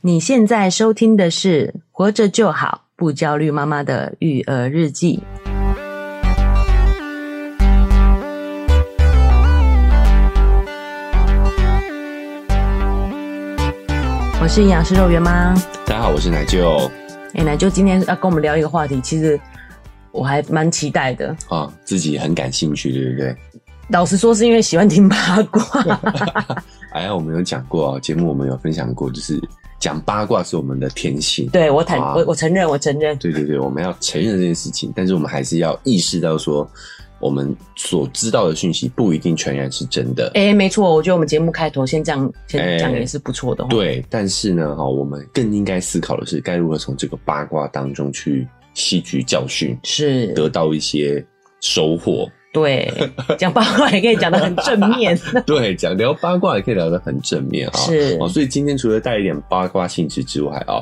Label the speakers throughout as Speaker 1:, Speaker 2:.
Speaker 1: 你现在收听的是《活着就好，不焦虑妈妈的育儿日记》。我是营养师肉圆妈。
Speaker 2: 大家好，我是奶舅
Speaker 1: 哎、奶就今天要跟我们聊一个话题，其实我还蛮期待的。
Speaker 2: 啊，自己很感兴趣，对不对？
Speaker 1: 老实说，是因为喜欢听八 卦。
Speaker 2: 哎呀，我们有讲过哦，节目我们有分享过，就是讲八卦是我们的天性。
Speaker 1: 对我坦，
Speaker 2: 啊
Speaker 1: 我我承认，我承认。
Speaker 2: 对对对，我们要承认这件事情，但是我们还是要意识到说，我们所知道的讯息不一定全然是真的。
Speaker 1: 哎、没错，我觉得我们节目开头先这样，先
Speaker 2: 哎
Speaker 1: 讲也是不错的、哦。
Speaker 2: 对，但是呢，哈，我们更应该思考的是，该如何从这个八卦当中去吸取教训，
Speaker 1: 是，
Speaker 2: 得到一些收获。
Speaker 1: 对，讲八卦也可以讲的很正面。
Speaker 2: 对，讲聊八卦也可以聊得很正面啊、
Speaker 1: 是
Speaker 2: 哦，所以今天除了带一点八卦性质之外啊、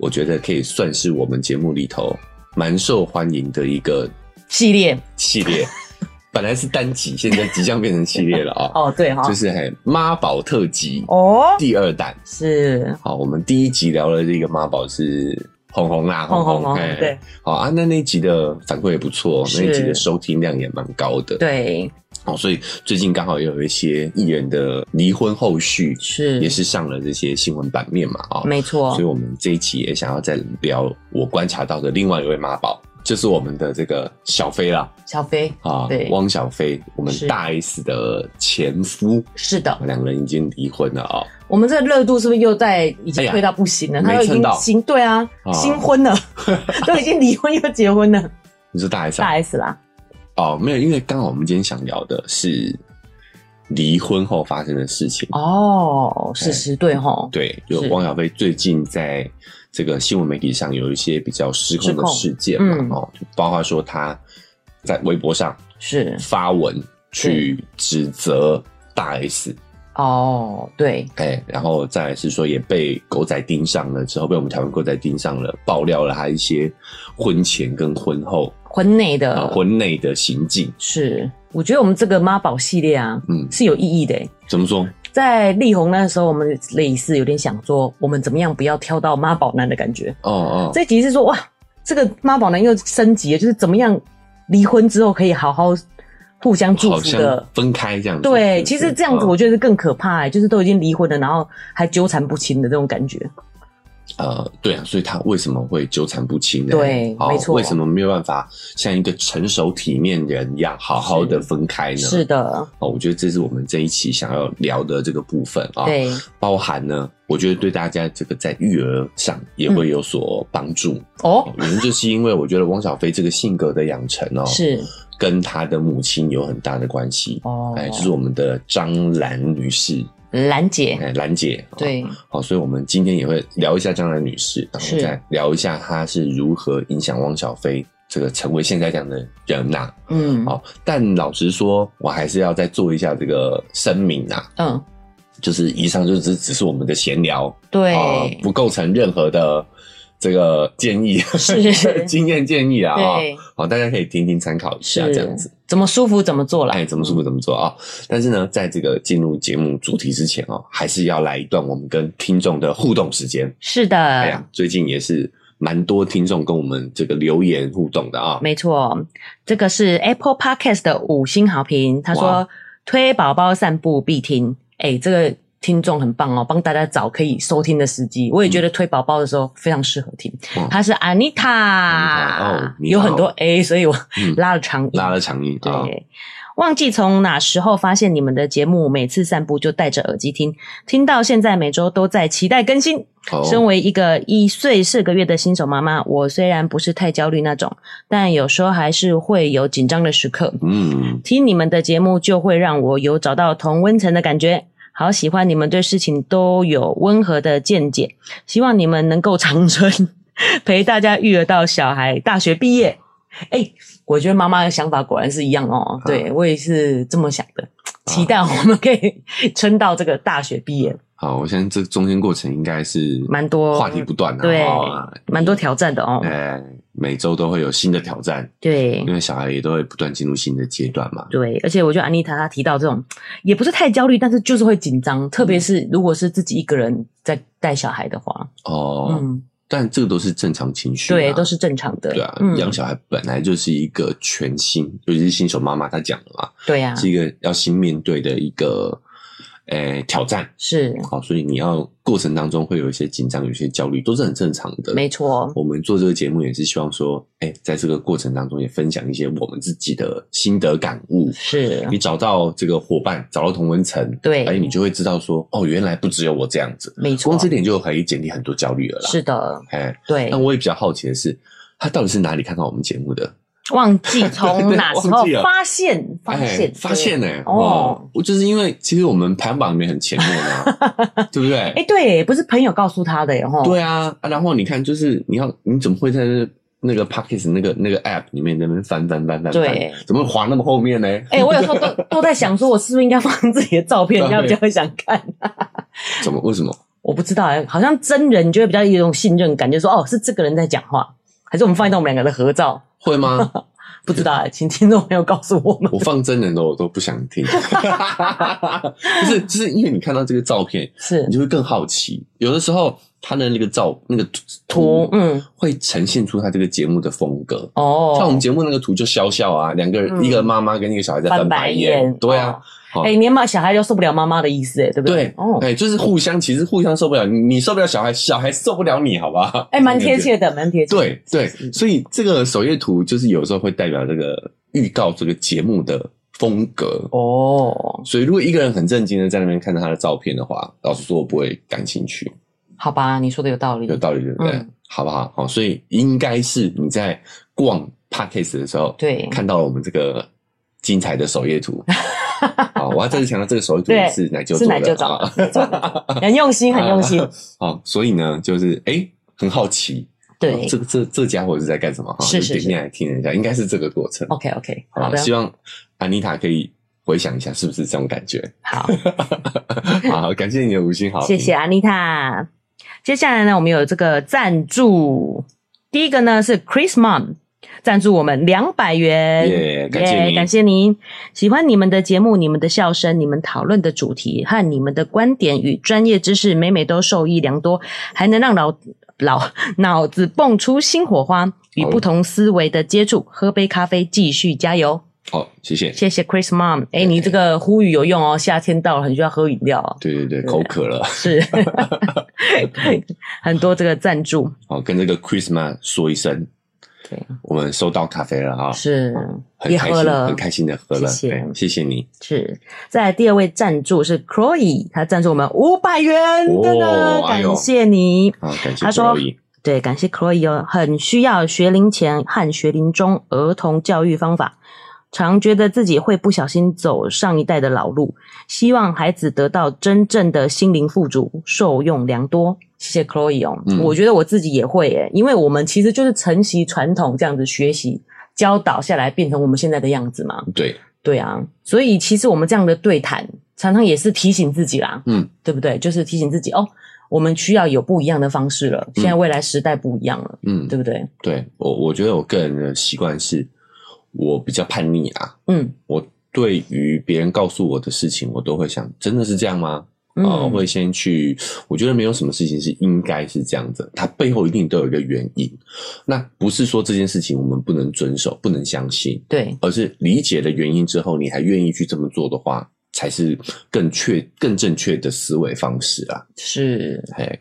Speaker 2: 我觉得可以算是我们节目里头蛮受欢迎的一个
Speaker 1: 系列
Speaker 2: 系 列。本来是单集，现在即将变成系列了 啊、
Speaker 1: 哦，对哈、哦，
Speaker 2: 就是嘿妈宝特辑
Speaker 1: 哦，
Speaker 2: 第二弹。
Speaker 1: 是
Speaker 2: 好，我们第一集聊了这个妈宝是红红啦，
Speaker 1: 红红红，
Speaker 2: 嘿
Speaker 1: 对
Speaker 2: 好啊，那那一集的反馈也不错，那一集
Speaker 1: 是
Speaker 2: 的收听量也蛮高的，
Speaker 1: 对
Speaker 2: 哦，所以最近刚好也有一些艺人的离婚后续，
Speaker 1: 是，
Speaker 2: 也是上了这些新闻版面嘛啊、
Speaker 1: 嗯没错
Speaker 2: 所以，我们这一期也想要再聊我观察到的另外一位妈宝，就是我们的这个小飞啦
Speaker 1: 小飞
Speaker 2: 啊
Speaker 1: 对，
Speaker 2: 汪小飞，我们
Speaker 1: 是
Speaker 2: 大 S 的前夫，
Speaker 1: 是的，
Speaker 2: 两个人已经离婚了啊、
Speaker 1: 我们这个热度是不是又在已经
Speaker 2: 哎呀
Speaker 1: 退到不行了？
Speaker 2: 没
Speaker 1: 他都已
Speaker 2: 蹭
Speaker 1: 经
Speaker 2: 到
Speaker 1: 新对啊，
Speaker 2: 啊
Speaker 1: 新婚 了，都已经离婚又结婚了，
Speaker 2: 你说大 S
Speaker 1: 大
Speaker 2: 啊？
Speaker 1: S 啦，
Speaker 2: 哦，没有，因为刚好我们今天想聊的是离婚后发生的事情。
Speaker 1: 哦，是
Speaker 2: 哎
Speaker 1: 是对吼，
Speaker 2: 对，就是汪小菲最近在这个新闻媒体上有一些比较失控的
Speaker 1: 失
Speaker 2: 事件嘛，
Speaker 1: 嗯
Speaker 2: 哦，就包括说他在微博上
Speaker 1: 是
Speaker 2: 发文去指责大 S，
Speaker 1: 哦，对，
Speaker 2: 哎，然后再来是说也被狗仔盯上了，之后被我们台湾狗仔盯上了，爆料了他一些婚前跟婚后
Speaker 1: 婚内
Speaker 2: 啊、
Speaker 1: 的
Speaker 2: 婚内的行径，
Speaker 1: 是，我觉得我们这个妈宝系列啊
Speaker 2: 嗯，
Speaker 1: 是有意义的欸。
Speaker 2: 怎么说？
Speaker 1: 在力宏那时候，我们类似有点想说，我们怎么样不要挑到妈宝男的感觉。
Speaker 2: 哦哦，
Speaker 1: 这集是说，哇，这个妈宝男又升级了，就是怎么样离婚之后可以好好互相祝
Speaker 2: 好
Speaker 1: 福
Speaker 2: 像
Speaker 1: 的。
Speaker 2: 分开这样子。
Speaker 1: 对，
Speaker 2: 是
Speaker 1: 其
Speaker 2: 不是
Speaker 1: 实这样子
Speaker 2: 嗯
Speaker 1: 我觉得是更可怕、欸，就是都已经离婚了，然后还纠缠不清的这种感觉。
Speaker 2: 呃，对啊，所以他为什么会纠缠不清呢？
Speaker 1: 对
Speaker 2: 好
Speaker 1: 没错
Speaker 2: 为什么没有办法像一个成熟体面人一样好好的
Speaker 1: 是
Speaker 2: 分开呢？
Speaker 1: 是的，
Speaker 2: 哦，我觉得这是我们这一期想要聊的这个部分啊，
Speaker 1: 对，
Speaker 2: 包含呢，我觉得对大家这个在育儿上也会有所帮助。
Speaker 1: 哦
Speaker 2: 哦，，原因就是因为我觉得汪小菲这个性格的养成哦，
Speaker 1: 是
Speaker 2: 跟他的母亲有很大的关系。
Speaker 1: 哦，
Speaker 2: 哎，就是我们的张兰女士，
Speaker 1: 兰姐，
Speaker 2: 哎，兰姐，哦
Speaker 1: 对，
Speaker 2: 好，所以我们今天也会聊一下张兰女士，然后
Speaker 1: 是
Speaker 2: 再聊一下她是如何影响汪小菲这个成为现在这样的人呐、
Speaker 1: 嗯
Speaker 2: 好，但老实说，我还是要再做一下这个声明啊，
Speaker 1: 嗯，
Speaker 2: 就是以上就只只是我们的闲聊
Speaker 1: 对，
Speaker 2: 啊，不构成任何的这个建议，
Speaker 1: 是
Speaker 2: 经验建议啊、哦。
Speaker 1: 对，
Speaker 2: 好，大家可以听听参考一下这样子。
Speaker 1: 怎么舒服怎么做啦。
Speaker 2: 哎，怎么舒服怎么做啊、但是呢，在这个进入节目主题之前哦，还是要来一段我们跟听众的互动时间。
Speaker 1: 是
Speaker 2: 哎
Speaker 1: 的
Speaker 2: 呀，，最近也是蛮多听众跟我们这个留言互动的啊。
Speaker 1: 没错，这个是 Apple Podcast 的五星好评。他说
Speaker 2: 哇哦
Speaker 1: 推宝宝散步必听，哎，这个听众很棒哦，帮大家找可以收听的时机。我也觉得推宝宝的时候非常适合听
Speaker 2: 嗯。
Speaker 1: 他是 Anita，
Speaker 2: Anita，哦你
Speaker 1: 有
Speaker 2: 好
Speaker 1: 很多 A，所以我
Speaker 2: 嗯
Speaker 1: 拉了长音。
Speaker 2: 拉了长音啊，
Speaker 1: 对，忘记从哪时候发现你们的节目，每次散步就戴着耳机听，听到现在每周都在期待更新。身
Speaker 2: 哦，
Speaker 1: 为一个一岁四个月的新手妈妈，我虽然不是太焦虑那种，但有时候还是会有紧张的时刻。
Speaker 2: 嗯，
Speaker 1: 听你们的节目就会让我有找到同温层的感觉，好喜欢你们对事情都有温和的见解，希望你们能够长春， 陪大家育儿到小孩大学毕业。哎、我觉得妈妈的想法果然是一样
Speaker 2: 啊
Speaker 1: 哦，对我也是这么想的，期待我们可以撑到这个大学毕业。
Speaker 2: 好，我相信这中间过程应该是
Speaker 1: 蛮多
Speaker 2: 话题不断的、
Speaker 1: 对
Speaker 2: 哦，
Speaker 1: 蛮多挑战的哦。
Speaker 2: 哎，每周都会有新的挑战，
Speaker 1: 对
Speaker 2: 因为小孩也都会不断进入新的阶段嘛。
Speaker 1: 对，而且我觉得安妮塔她提到这种，也不是太焦虑，但是就是会紧张，特
Speaker 2: 嗯
Speaker 1: 别是如果是自己一个人在带小孩的话，
Speaker 2: 哦，
Speaker 1: 嗯，
Speaker 2: 但这个都是正常情绪、啊，
Speaker 1: 对，都是正常的。
Speaker 2: 对啊。养
Speaker 1: 嗯，
Speaker 2: 小孩本来就是一个全新，尤其是新手妈妈，她讲了嘛，
Speaker 1: 对啊呀，
Speaker 2: 是一个要新面对的一个诶、挑战。
Speaker 1: 是
Speaker 2: 好，所以你要过程当中会有一些紧张，有一些焦虑，都是很正常的。
Speaker 1: 没错，
Speaker 2: 我们做这个节目也是希望说，哎、在这个过程当中也分享一些我们自己的心得感悟。
Speaker 1: 是啊
Speaker 2: 你找到这个伙伴，找到同温层，
Speaker 1: 对
Speaker 2: 哎、你就会知道说，哦，原来不只有我这样子，
Speaker 1: 没错
Speaker 2: 光，这点就可以减低很多焦虑了啦。
Speaker 1: 是，的，
Speaker 2: 哎、
Speaker 1: 对
Speaker 2: 但，我也比较好奇的是，他到底是哪里看到我们节目的？
Speaker 1: 忘记从
Speaker 2: 对
Speaker 1: 哪时候
Speaker 2: 忘记了
Speaker 1: 发现发
Speaker 2: 哎
Speaker 1: 现
Speaker 2: 发现呢、
Speaker 1: 哦
Speaker 2: 哦，我就是因为其实我们排行榜里面很前面 啊，对不对？
Speaker 1: 哎，哦对，不是朋友告诉他的耶，吼，
Speaker 2: 对啊，啊然后你看，就是你要你怎么会在那那个 Pockets 那个那个 App 里面在那边翻翻翻翻翻
Speaker 1: 对，
Speaker 2: 怎么会滑那么后面呢？
Speaker 1: 哎、我有时候都都在想，说我是不是应该放自己的照片，人家比较会想看。
Speaker 2: 怎么为什么？
Speaker 1: 我不知道、哎，好像真人就会比较有一种信任感，就说哦，是这个人在讲话，还是我们放一张我们两个的合照？
Speaker 2: 会 吗？
Speaker 1: 不知道、哎，请听众朋友告诉我们。
Speaker 2: 我放真人的我都不想听， 不是，就是因为你看到这个照片，
Speaker 1: 是
Speaker 2: 你就会更好奇。有的时候，他的那个照那个
Speaker 1: 图，嗯，
Speaker 2: 会呈现出他这个节目的风格。像我
Speaker 1: 哦
Speaker 2: 们，节目那个图就笑笑啊，两个人、
Speaker 1: 嗯
Speaker 2: 一个妈妈跟一个小孩在
Speaker 1: 翻
Speaker 2: 翻
Speaker 1: 白
Speaker 2: 白
Speaker 1: 眼，
Speaker 2: 对啊，
Speaker 1: 哦。
Speaker 2: 好
Speaker 1: 哎、连妈小孩就受不了妈妈的意思，哎，对不
Speaker 2: 对，
Speaker 1: 哦，
Speaker 2: 哎、就是互相，其实互相受不了，你你受不了小孩，小孩受不了你，好不好？
Speaker 1: 哎、蛮贴切的，蛮贴切的。
Speaker 2: 对对
Speaker 1: 是，
Speaker 2: 所以这个首页图就是有时候会代表这个预告这个节目的风格。
Speaker 1: 哦，
Speaker 2: 所以如果一个人很震惊的在那边看着他的照片的话，老实说，我不会感兴趣。
Speaker 1: 好吧，你说的有道理，
Speaker 2: 有道理，对不对？
Speaker 1: 嗯
Speaker 2: 好不好？好，所以应该是你在逛 Parkes 的时候，
Speaker 1: 对
Speaker 2: 看到了我们这个精彩的首 页图。好，我要再次强调，这个首页图
Speaker 1: 对
Speaker 2: 是奶舅
Speaker 1: 是
Speaker 2: 做
Speaker 1: 奶就
Speaker 2: 的
Speaker 1: 找
Speaker 2: 啊。
Speaker 1: 没错没错很用心，很用心。
Speaker 2: 哦，所以呢，就是哎、诶很好奇，哦
Speaker 1: 对
Speaker 2: 这个这这家伙是在干什么？哈，
Speaker 1: 是是
Speaker 2: 就点
Speaker 1: 是
Speaker 2: 进来听了一下，应该是这个过程。
Speaker 1: ，OK OK，
Speaker 2: 啊
Speaker 1: 好的，
Speaker 2: 希望安妮塔可以回想一下，是不是这 种感觉？
Speaker 1: 好。
Speaker 2: 好，感谢你的五星好评，嗯
Speaker 1: 谢谢安妮塔。接下来呢，我们有这个赞助，第一个呢是 Chris Mom 赞助我们两百元，
Speaker 2: 耶感谢您
Speaker 1: 耶感谢您。喜欢你们的节目、你们的笑声、你们讨论的主题和你们的观点与专业知识，每每都受益良多，还能让老老脑子蹦出新火花，与
Speaker 2: 好
Speaker 1: 不同思维的接触。喝杯咖啡，继续加油！
Speaker 2: 好，谢谢。
Speaker 1: 谢谢 Chris Mom，哎，你这个呼吁有用哦，夏天到了，很需要喝饮料哦。
Speaker 2: 对对对，口渴了，
Speaker 1: 是很多这个赞助，
Speaker 2: 好，哦跟这个 Christmas 说一声，
Speaker 1: 对，
Speaker 2: 我们收到咖啡了啊，
Speaker 1: 是
Speaker 2: 很
Speaker 1: 也
Speaker 2: 开
Speaker 1: 喝
Speaker 2: 心，
Speaker 1: 了
Speaker 2: 很，开心的喝了，
Speaker 1: 谢谢
Speaker 2: 哎谢谢你，
Speaker 1: 是。再来第二位赞助是 Chloe，她赞助我们五百元，
Speaker 2: 哦
Speaker 1: 真的
Speaker 2: 哎
Speaker 1: 感
Speaker 2: 呦
Speaker 1: 谢你。
Speaker 2: 好，啊感谢
Speaker 1: 他说
Speaker 2: Chloe
Speaker 1: 对，感谢 Chloe 哦，很需要学龄前和学龄中儿童教育方法，常觉得自己会不小心走上一代的老路，希望孩子得到真正的心灵富足，受用良多。谢谢 Chloe 哦，
Speaker 2: 嗯
Speaker 1: 我觉得我自己也会耶，因为我们其实就是承袭传统这样子学习。教导下来变成我们现在的样子嘛？
Speaker 2: 对，
Speaker 1: 对啊，所以其实我们这样的对谈，常常也是提醒自己啦，
Speaker 2: 嗯，
Speaker 1: 对不对？就是提醒自己哦，我们需要有不一样的方式了。现在未来时代不一样了，
Speaker 2: 嗯，
Speaker 1: 对不对？
Speaker 2: 对我，我觉得我个人的习惯是，我比较叛逆啊。
Speaker 1: 嗯
Speaker 2: 我对于别人告诉我的事情，我都会想，真的是这样吗？
Speaker 1: 嗯，
Speaker 2: 呃，会先去，我觉得没有什么事情是应该是这样子，它背后一定都有一个原因。那不是说这件事情我们不能遵守、不能相信，
Speaker 1: 对，
Speaker 2: 而是理解了原因之后，你还愿意去这么做的话，才是更确、更正确的思维方式啊。
Speaker 1: 是
Speaker 2: 嘿，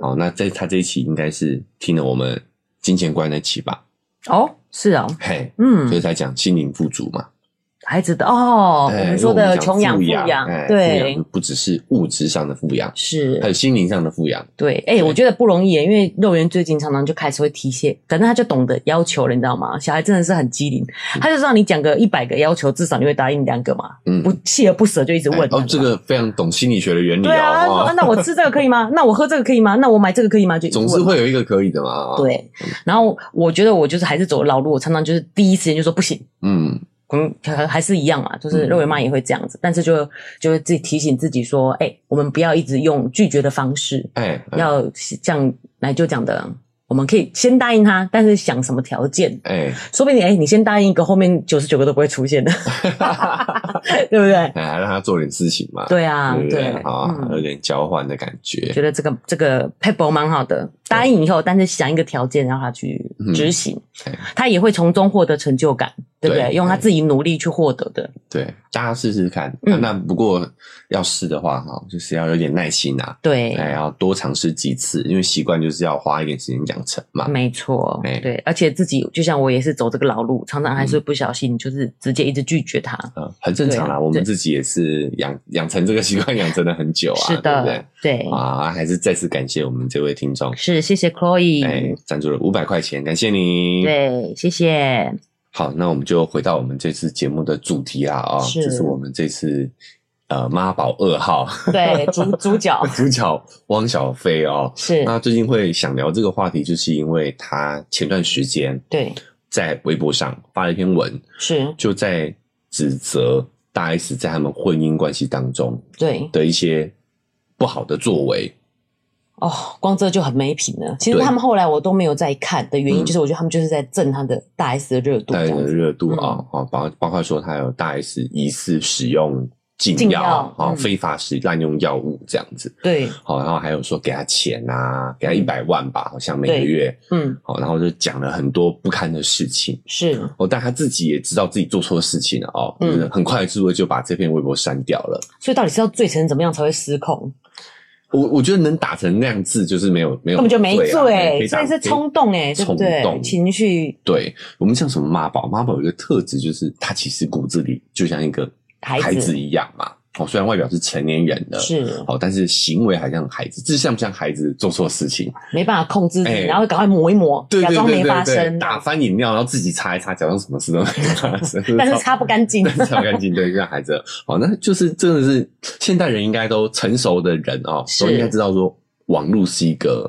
Speaker 2: 好，那在他这一期应该是听了我们金钱观那期吧？
Speaker 1: 哦，是哦，
Speaker 2: 嘿，所以
Speaker 1: 嗯，
Speaker 2: 才讲心灵富足嘛。
Speaker 1: 孩子的哦，我
Speaker 2: 哎
Speaker 1: 们说
Speaker 2: 因为
Speaker 1: 的
Speaker 2: 讲
Speaker 1: 穷养
Speaker 2: 富
Speaker 1: 富
Speaker 2: 养
Speaker 1: 养，，
Speaker 2: 哎富
Speaker 1: 对
Speaker 2: 养，哎不只是物质上的富养，还
Speaker 1: 是，
Speaker 2: 有心灵上的富养。
Speaker 1: 对，哎，我觉得不容易耶，因为幼儿园最近常常就开始会提些，反正他就懂得要求了，你知道吗？小孩真的是很机灵，他就让你讲个一百个要求，至少你会答应两个嘛，
Speaker 2: 嗯
Speaker 1: 不锲而不舍就一直
Speaker 2: 哎
Speaker 1: 问。啊
Speaker 2: 哦，这个非常懂心理学的原理
Speaker 1: 对啊，他说
Speaker 2: 哦
Speaker 1: 啊
Speaker 2: 哦。
Speaker 1: 那我吃这个可以吗？那我喝这个可以吗？那我买这个可以吗？就一直
Speaker 2: 总是
Speaker 1: 问
Speaker 2: 会有一个可以的嘛。，
Speaker 1: 对。然后我觉得我就是还是走老路，我常常就是第一时间就说不行，
Speaker 2: 嗯，
Speaker 1: 嗯，还还是一样嘛，就是肉圆妈也会这样子，但是就就会自己提醒自己说，哎、我们不要一直用拒绝的方式，
Speaker 2: 哎，哎
Speaker 1: 要像来就讲的，我们可以先答应他，但是想什么条件，
Speaker 2: 哎，
Speaker 1: 说不定哎、你先答应一个，后面九十九个都不会出 现的， 对不对？
Speaker 2: 哎，让他做点事情嘛，
Speaker 1: 对啊，
Speaker 2: 对不
Speaker 1: 对，
Speaker 2: 啊，有
Speaker 1: 嗯，
Speaker 2: 点交换的感觉
Speaker 1: 觉。得这个这个 paper 蛮好的，答应以后，但是想一个条件让他去执行，
Speaker 2: 哎
Speaker 1: 他也会从中获得成就感，对不对？
Speaker 2: 对
Speaker 1: 用他自己努力去获得的，
Speaker 2: 对，大家试试看。
Speaker 1: 嗯
Speaker 2: 啊那不过要试的话，哈，就是要有点耐心啊，
Speaker 1: 对，
Speaker 2: 哎，要多尝试几次，因为习惯就是要花一点时间养成嘛。
Speaker 1: 没错，
Speaker 2: 哎
Speaker 1: 对，而且自己就像我也是走这个老路，常常还是不小心，就是直接一直拒绝他。
Speaker 2: 嗯，很正常
Speaker 1: 对
Speaker 2: 啦，
Speaker 1: 啊
Speaker 2: 我
Speaker 1: 对
Speaker 2: 们自己也是养养成这个习惯，养成了很久啊，
Speaker 1: 是
Speaker 2: 对不
Speaker 1: 的
Speaker 2: 对？，
Speaker 1: 对，
Speaker 2: 啊，还是再次感谢我们这位听众，
Speaker 1: 是谢谢
Speaker 2: 哎
Speaker 1: Chloe，，
Speaker 2: 赞助了五百块钱，感谢
Speaker 1: 嗯
Speaker 2: 你。，
Speaker 1: 对，谢谢，
Speaker 2: 好，那我们就回到我们这次节目的主题啦啊、
Speaker 1: 是
Speaker 2: 就是我们这次呃妈宝二号
Speaker 1: 对，主主角
Speaker 2: 主角汪小菲哦。
Speaker 1: 是，
Speaker 2: 那最近会想聊这个话题，就是因为他前段时间
Speaker 1: 对，
Speaker 2: 在微博上发了一篇文，
Speaker 1: 是，
Speaker 2: 就在指责大 S 在他们婚姻关系当中
Speaker 1: 对，
Speaker 2: 的一些不好的作为。
Speaker 1: 哦，光这就很没品了。其实
Speaker 2: 对
Speaker 1: 他们后来我都没有再看的原因，
Speaker 2: 嗯
Speaker 1: 就是我觉得他们就是在挣他的大 S 的热度，
Speaker 2: 大
Speaker 1: 这
Speaker 2: 概
Speaker 1: 样
Speaker 2: 的
Speaker 1: 子，
Speaker 2: 热度啊
Speaker 1: 嗯
Speaker 2: 啊，包、包括说他有大 S 疑似使用禁
Speaker 1: 禁
Speaker 2: 药
Speaker 1: 药
Speaker 2: 啊、
Speaker 1: 嗯
Speaker 2: 非法使滥用药物这样子。
Speaker 1: 对，
Speaker 2: 好，然后还有说给他钱啊，给他一百万吧，好像每个
Speaker 1: 对
Speaker 2: 月。
Speaker 1: 嗯，
Speaker 2: 好，然后就讲了很多不堪的事情。
Speaker 1: 是，
Speaker 2: 哦，但他自己也知道自己做错事情了哦，
Speaker 1: 嗯
Speaker 2: 就是很快智慧就把这篇微博删掉了。
Speaker 1: 所以到底是要醉成怎么样才会失控？
Speaker 2: 我我觉得能打成那样字，就是没有没啊有、
Speaker 1: 根本就没
Speaker 2: 对，可
Speaker 1: 醉，
Speaker 2: 以
Speaker 1: 所
Speaker 2: 打
Speaker 1: 以是冲动哎，对不
Speaker 2: 冲
Speaker 1: 对？
Speaker 2: 动
Speaker 1: 情绪
Speaker 2: 对我们像什么妈宝，妈宝有一个特质就是他其实骨子里就像一个
Speaker 1: 孩子
Speaker 2: 孩子一样嘛。哦，虽然外表是成年人了，
Speaker 1: 是
Speaker 2: 哦，但是行为还像孩子，这像不像孩子做错事情？
Speaker 1: 没办法控制自己，
Speaker 2: 哎
Speaker 1: 然后赶快抹一抹，
Speaker 2: 对
Speaker 1: 假
Speaker 2: 对
Speaker 1: 装
Speaker 2: 对
Speaker 1: 没
Speaker 2: 对
Speaker 1: 发
Speaker 2: 对，
Speaker 1: 生，，
Speaker 2: 打翻饮料，然后自己擦一擦，假装什么事都没发生
Speaker 1: 但是擦不干净
Speaker 2: 但。是擦不干净， 对，就像孩子。哦，那就是真的是现代人应该都成熟的人哦，
Speaker 1: 是
Speaker 2: 都应该知道说，网络是一个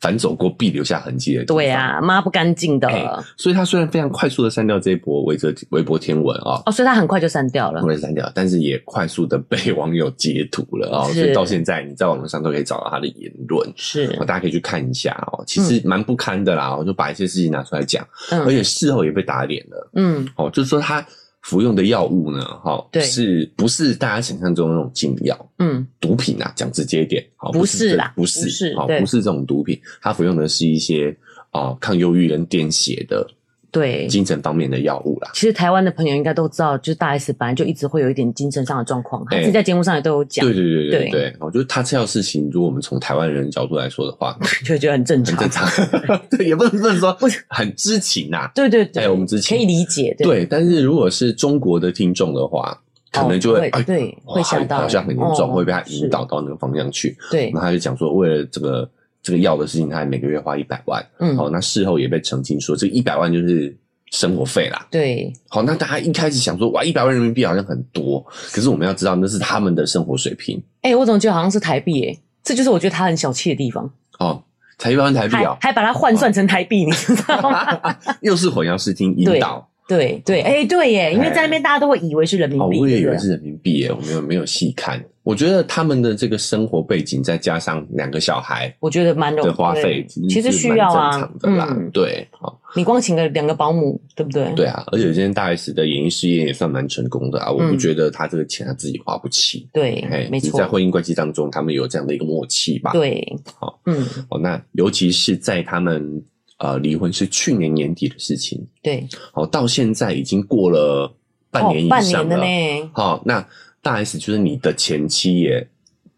Speaker 2: 反走过必留下痕迹的地方。
Speaker 1: 对啊，抹不干净的、
Speaker 2: 哎所以他虽然非常快速的删掉这一波微博微博天文啊、
Speaker 1: 哦，所以他很快就删掉了。
Speaker 2: 微博删掉，但是也快速的被网友截图了哦，
Speaker 1: 是
Speaker 2: 所以到现在你在网络上都可以找到他的言论。
Speaker 1: 是
Speaker 2: 哦，，大家可以去看一下哦，其实蛮不堪的啦，我哦就把一些事情拿出来讲，而
Speaker 1: 嗯
Speaker 2: 且事后也被打脸了
Speaker 1: 嗯，
Speaker 2: 哦，就是说他服用的药物呢，哈、哦，
Speaker 1: 对
Speaker 2: 是不是大家想象中的那种禁药？
Speaker 1: 嗯，
Speaker 2: 毒品啊，讲直接一点，好，
Speaker 1: 不是啦
Speaker 2: 不
Speaker 1: 不
Speaker 2: 是
Speaker 1: 是
Speaker 2: 这，好，
Speaker 1: 对
Speaker 2: 不是这种毒品，他服用的是一些啊、哦抗忧郁跟癫痫的
Speaker 1: 对。
Speaker 2: 精神方面的药物啦。
Speaker 1: 其实台湾的朋友应该都知道，就是大 S 本来就一直会有一点精神上的状况，他
Speaker 2: 哎
Speaker 1: 自己在节目上也都有讲
Speaker 2: 对，对对对
Speaker 1: 对
Speaker 2: 对，我觉得他这条事情，如果我们从台湾人角度来说的话，
Speaker 1: 就觉得很正
Speaker 2: 很
Speaker 1: 常。
Speaker 2: 正常， 对，也不能不能说很知情呐、
Speaker 1: 对对对，
Speaker 2: 哎我们之前
Speaker 1: 可以理解，对
Speaker 2: 对，但是如果是中国的听众的话，可能就会、哎
Speaker 1: 哦会对
Speaker 2: 哇
Speaker 1: 会吓到
Speaker 2: 好像很严重，
Speaker 1: 哦
Speaker 2: 会被他
Speaker 1: 是
Speaker 2: 引导到那个方向去。
Speaker 1: 对
Speaker 2: 那他就讲说，为了这个这个药的事情，他每个月花一百万。
Speaker 1: 嗯，
Speaker 2: 好、那事后也被澄清说，这一百万就是生活费啦。
Speaker 1: 对
Speaker 2: 好，那大家一开始想说，哇，一百万人民币好像很多，可是我们要知道，那是他们的生活水平
Speaker 1: 哎、我总觉得好像是台币，哎，这就是我觉得他很小气的地方，
Speaker 2: 哦，才一百万台币
Speaker 1: 还
Speaker 2: 哦，
Speaker 1: 还把它换算成台币，你知道吗？
Speaker 2: 又是混淆视听引
Speaker 1: 对
Speaker 2: 导。
Speaker 1: 对对，哎、对耶，因为在那边大家都会以为是人民
Speaker 2: 哦，
Speaker 1: 币，
Speaker 2: 我也以
Speaker 1: 对不
Speaker 2: 为
Speaker 1: 对
Speaker 2: 是人民币耶，我没有没有细看。我觉得他们的这个生活背景，再加上两个小孩
Speaker 1: 我觉得蛮容
Speaker 2: 的花费，
Speaker 1: 对其实
Speaker 2: 是
Speaker 1: 需要
Speaker 2: 蛮
Speaker 1: 啊
Speaker 2: 正常，的啦。
Speaker 1: 嗯，
Speaker 2: 对，好，
Speaker 1: 你光请个两个保姆，对不对？
Speaker 2: 对啊。而且今天大 S 的演艺事业也算蛮成功的啊，我不觉得他这个钱他自己花不起。
Speaker 1: 对
Speaker 2: 哎，
Speaker 1: 嗯没
Speaker 2: 只是在
Speaker 1: 错，
Speaker 2: 婚姻关系当中，他们有这样的一个默契吧？，
Speaker 1: 对，
Speaker 2: 好，
Speaker 1: 嗯，
Speaker 2: 哦，那尤其是在他们呃离婚是去年年底的事情，
Speaker 1: 对，
Speaker 2: 哦，到现在已经过了半年以
Speaker 1: 哦、半
Speaker 2: 上
Speaker 1: 年的
Speaker 2: 了，
Speaker 1: 呢，
Speaker 2: 好、那大 S 就是你的前妻也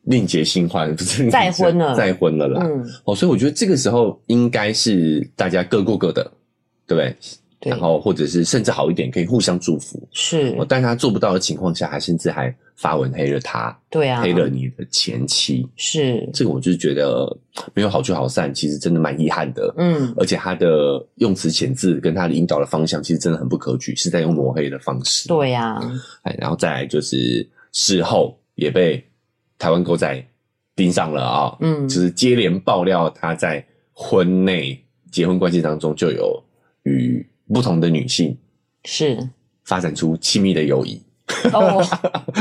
Speaker 2: 另结新欢，不是
Speaker 1: 再婚了
Speaker 2: 再婚了啦。
Speaker 1: 嗯，
Speaker 2: 哦，所以我觉得这个时候应该是大家各过各的，对不对？
Speaker 1: 对
Speaker 2: 然，后或者是甚至好一点，可以互相祝福。
Speaker 1: 是
Speaker 2: 哦，，但他做不到的情况下，还甚至还发文黑了他，
Speaker 1: 对啊，
Speaker 2: 黑了你的前妻，
Speaker 1: 是，
Speaker 2: 这个我就觉得没有好聚好散，其实真的蛮遗憾的。
Speaker 1: 嗯，
Speaker 2: 而且他的用词遣字跟他的引导的方向，其实真的很不可取，是在用抹黑的方式。
Speaker 1: 对呀、
Speaker 2: 哎，然后再来就是事后也被台湾狗仔盯上了啊、
Speaker 1: 嗯
Speaker 2: 就是接连爆料他在婚内结婚关系当中就有与不同的女性
Speaker 1: 是，
Speaker 2: 发展出亲密的友谊，
Speaker 1: 哦，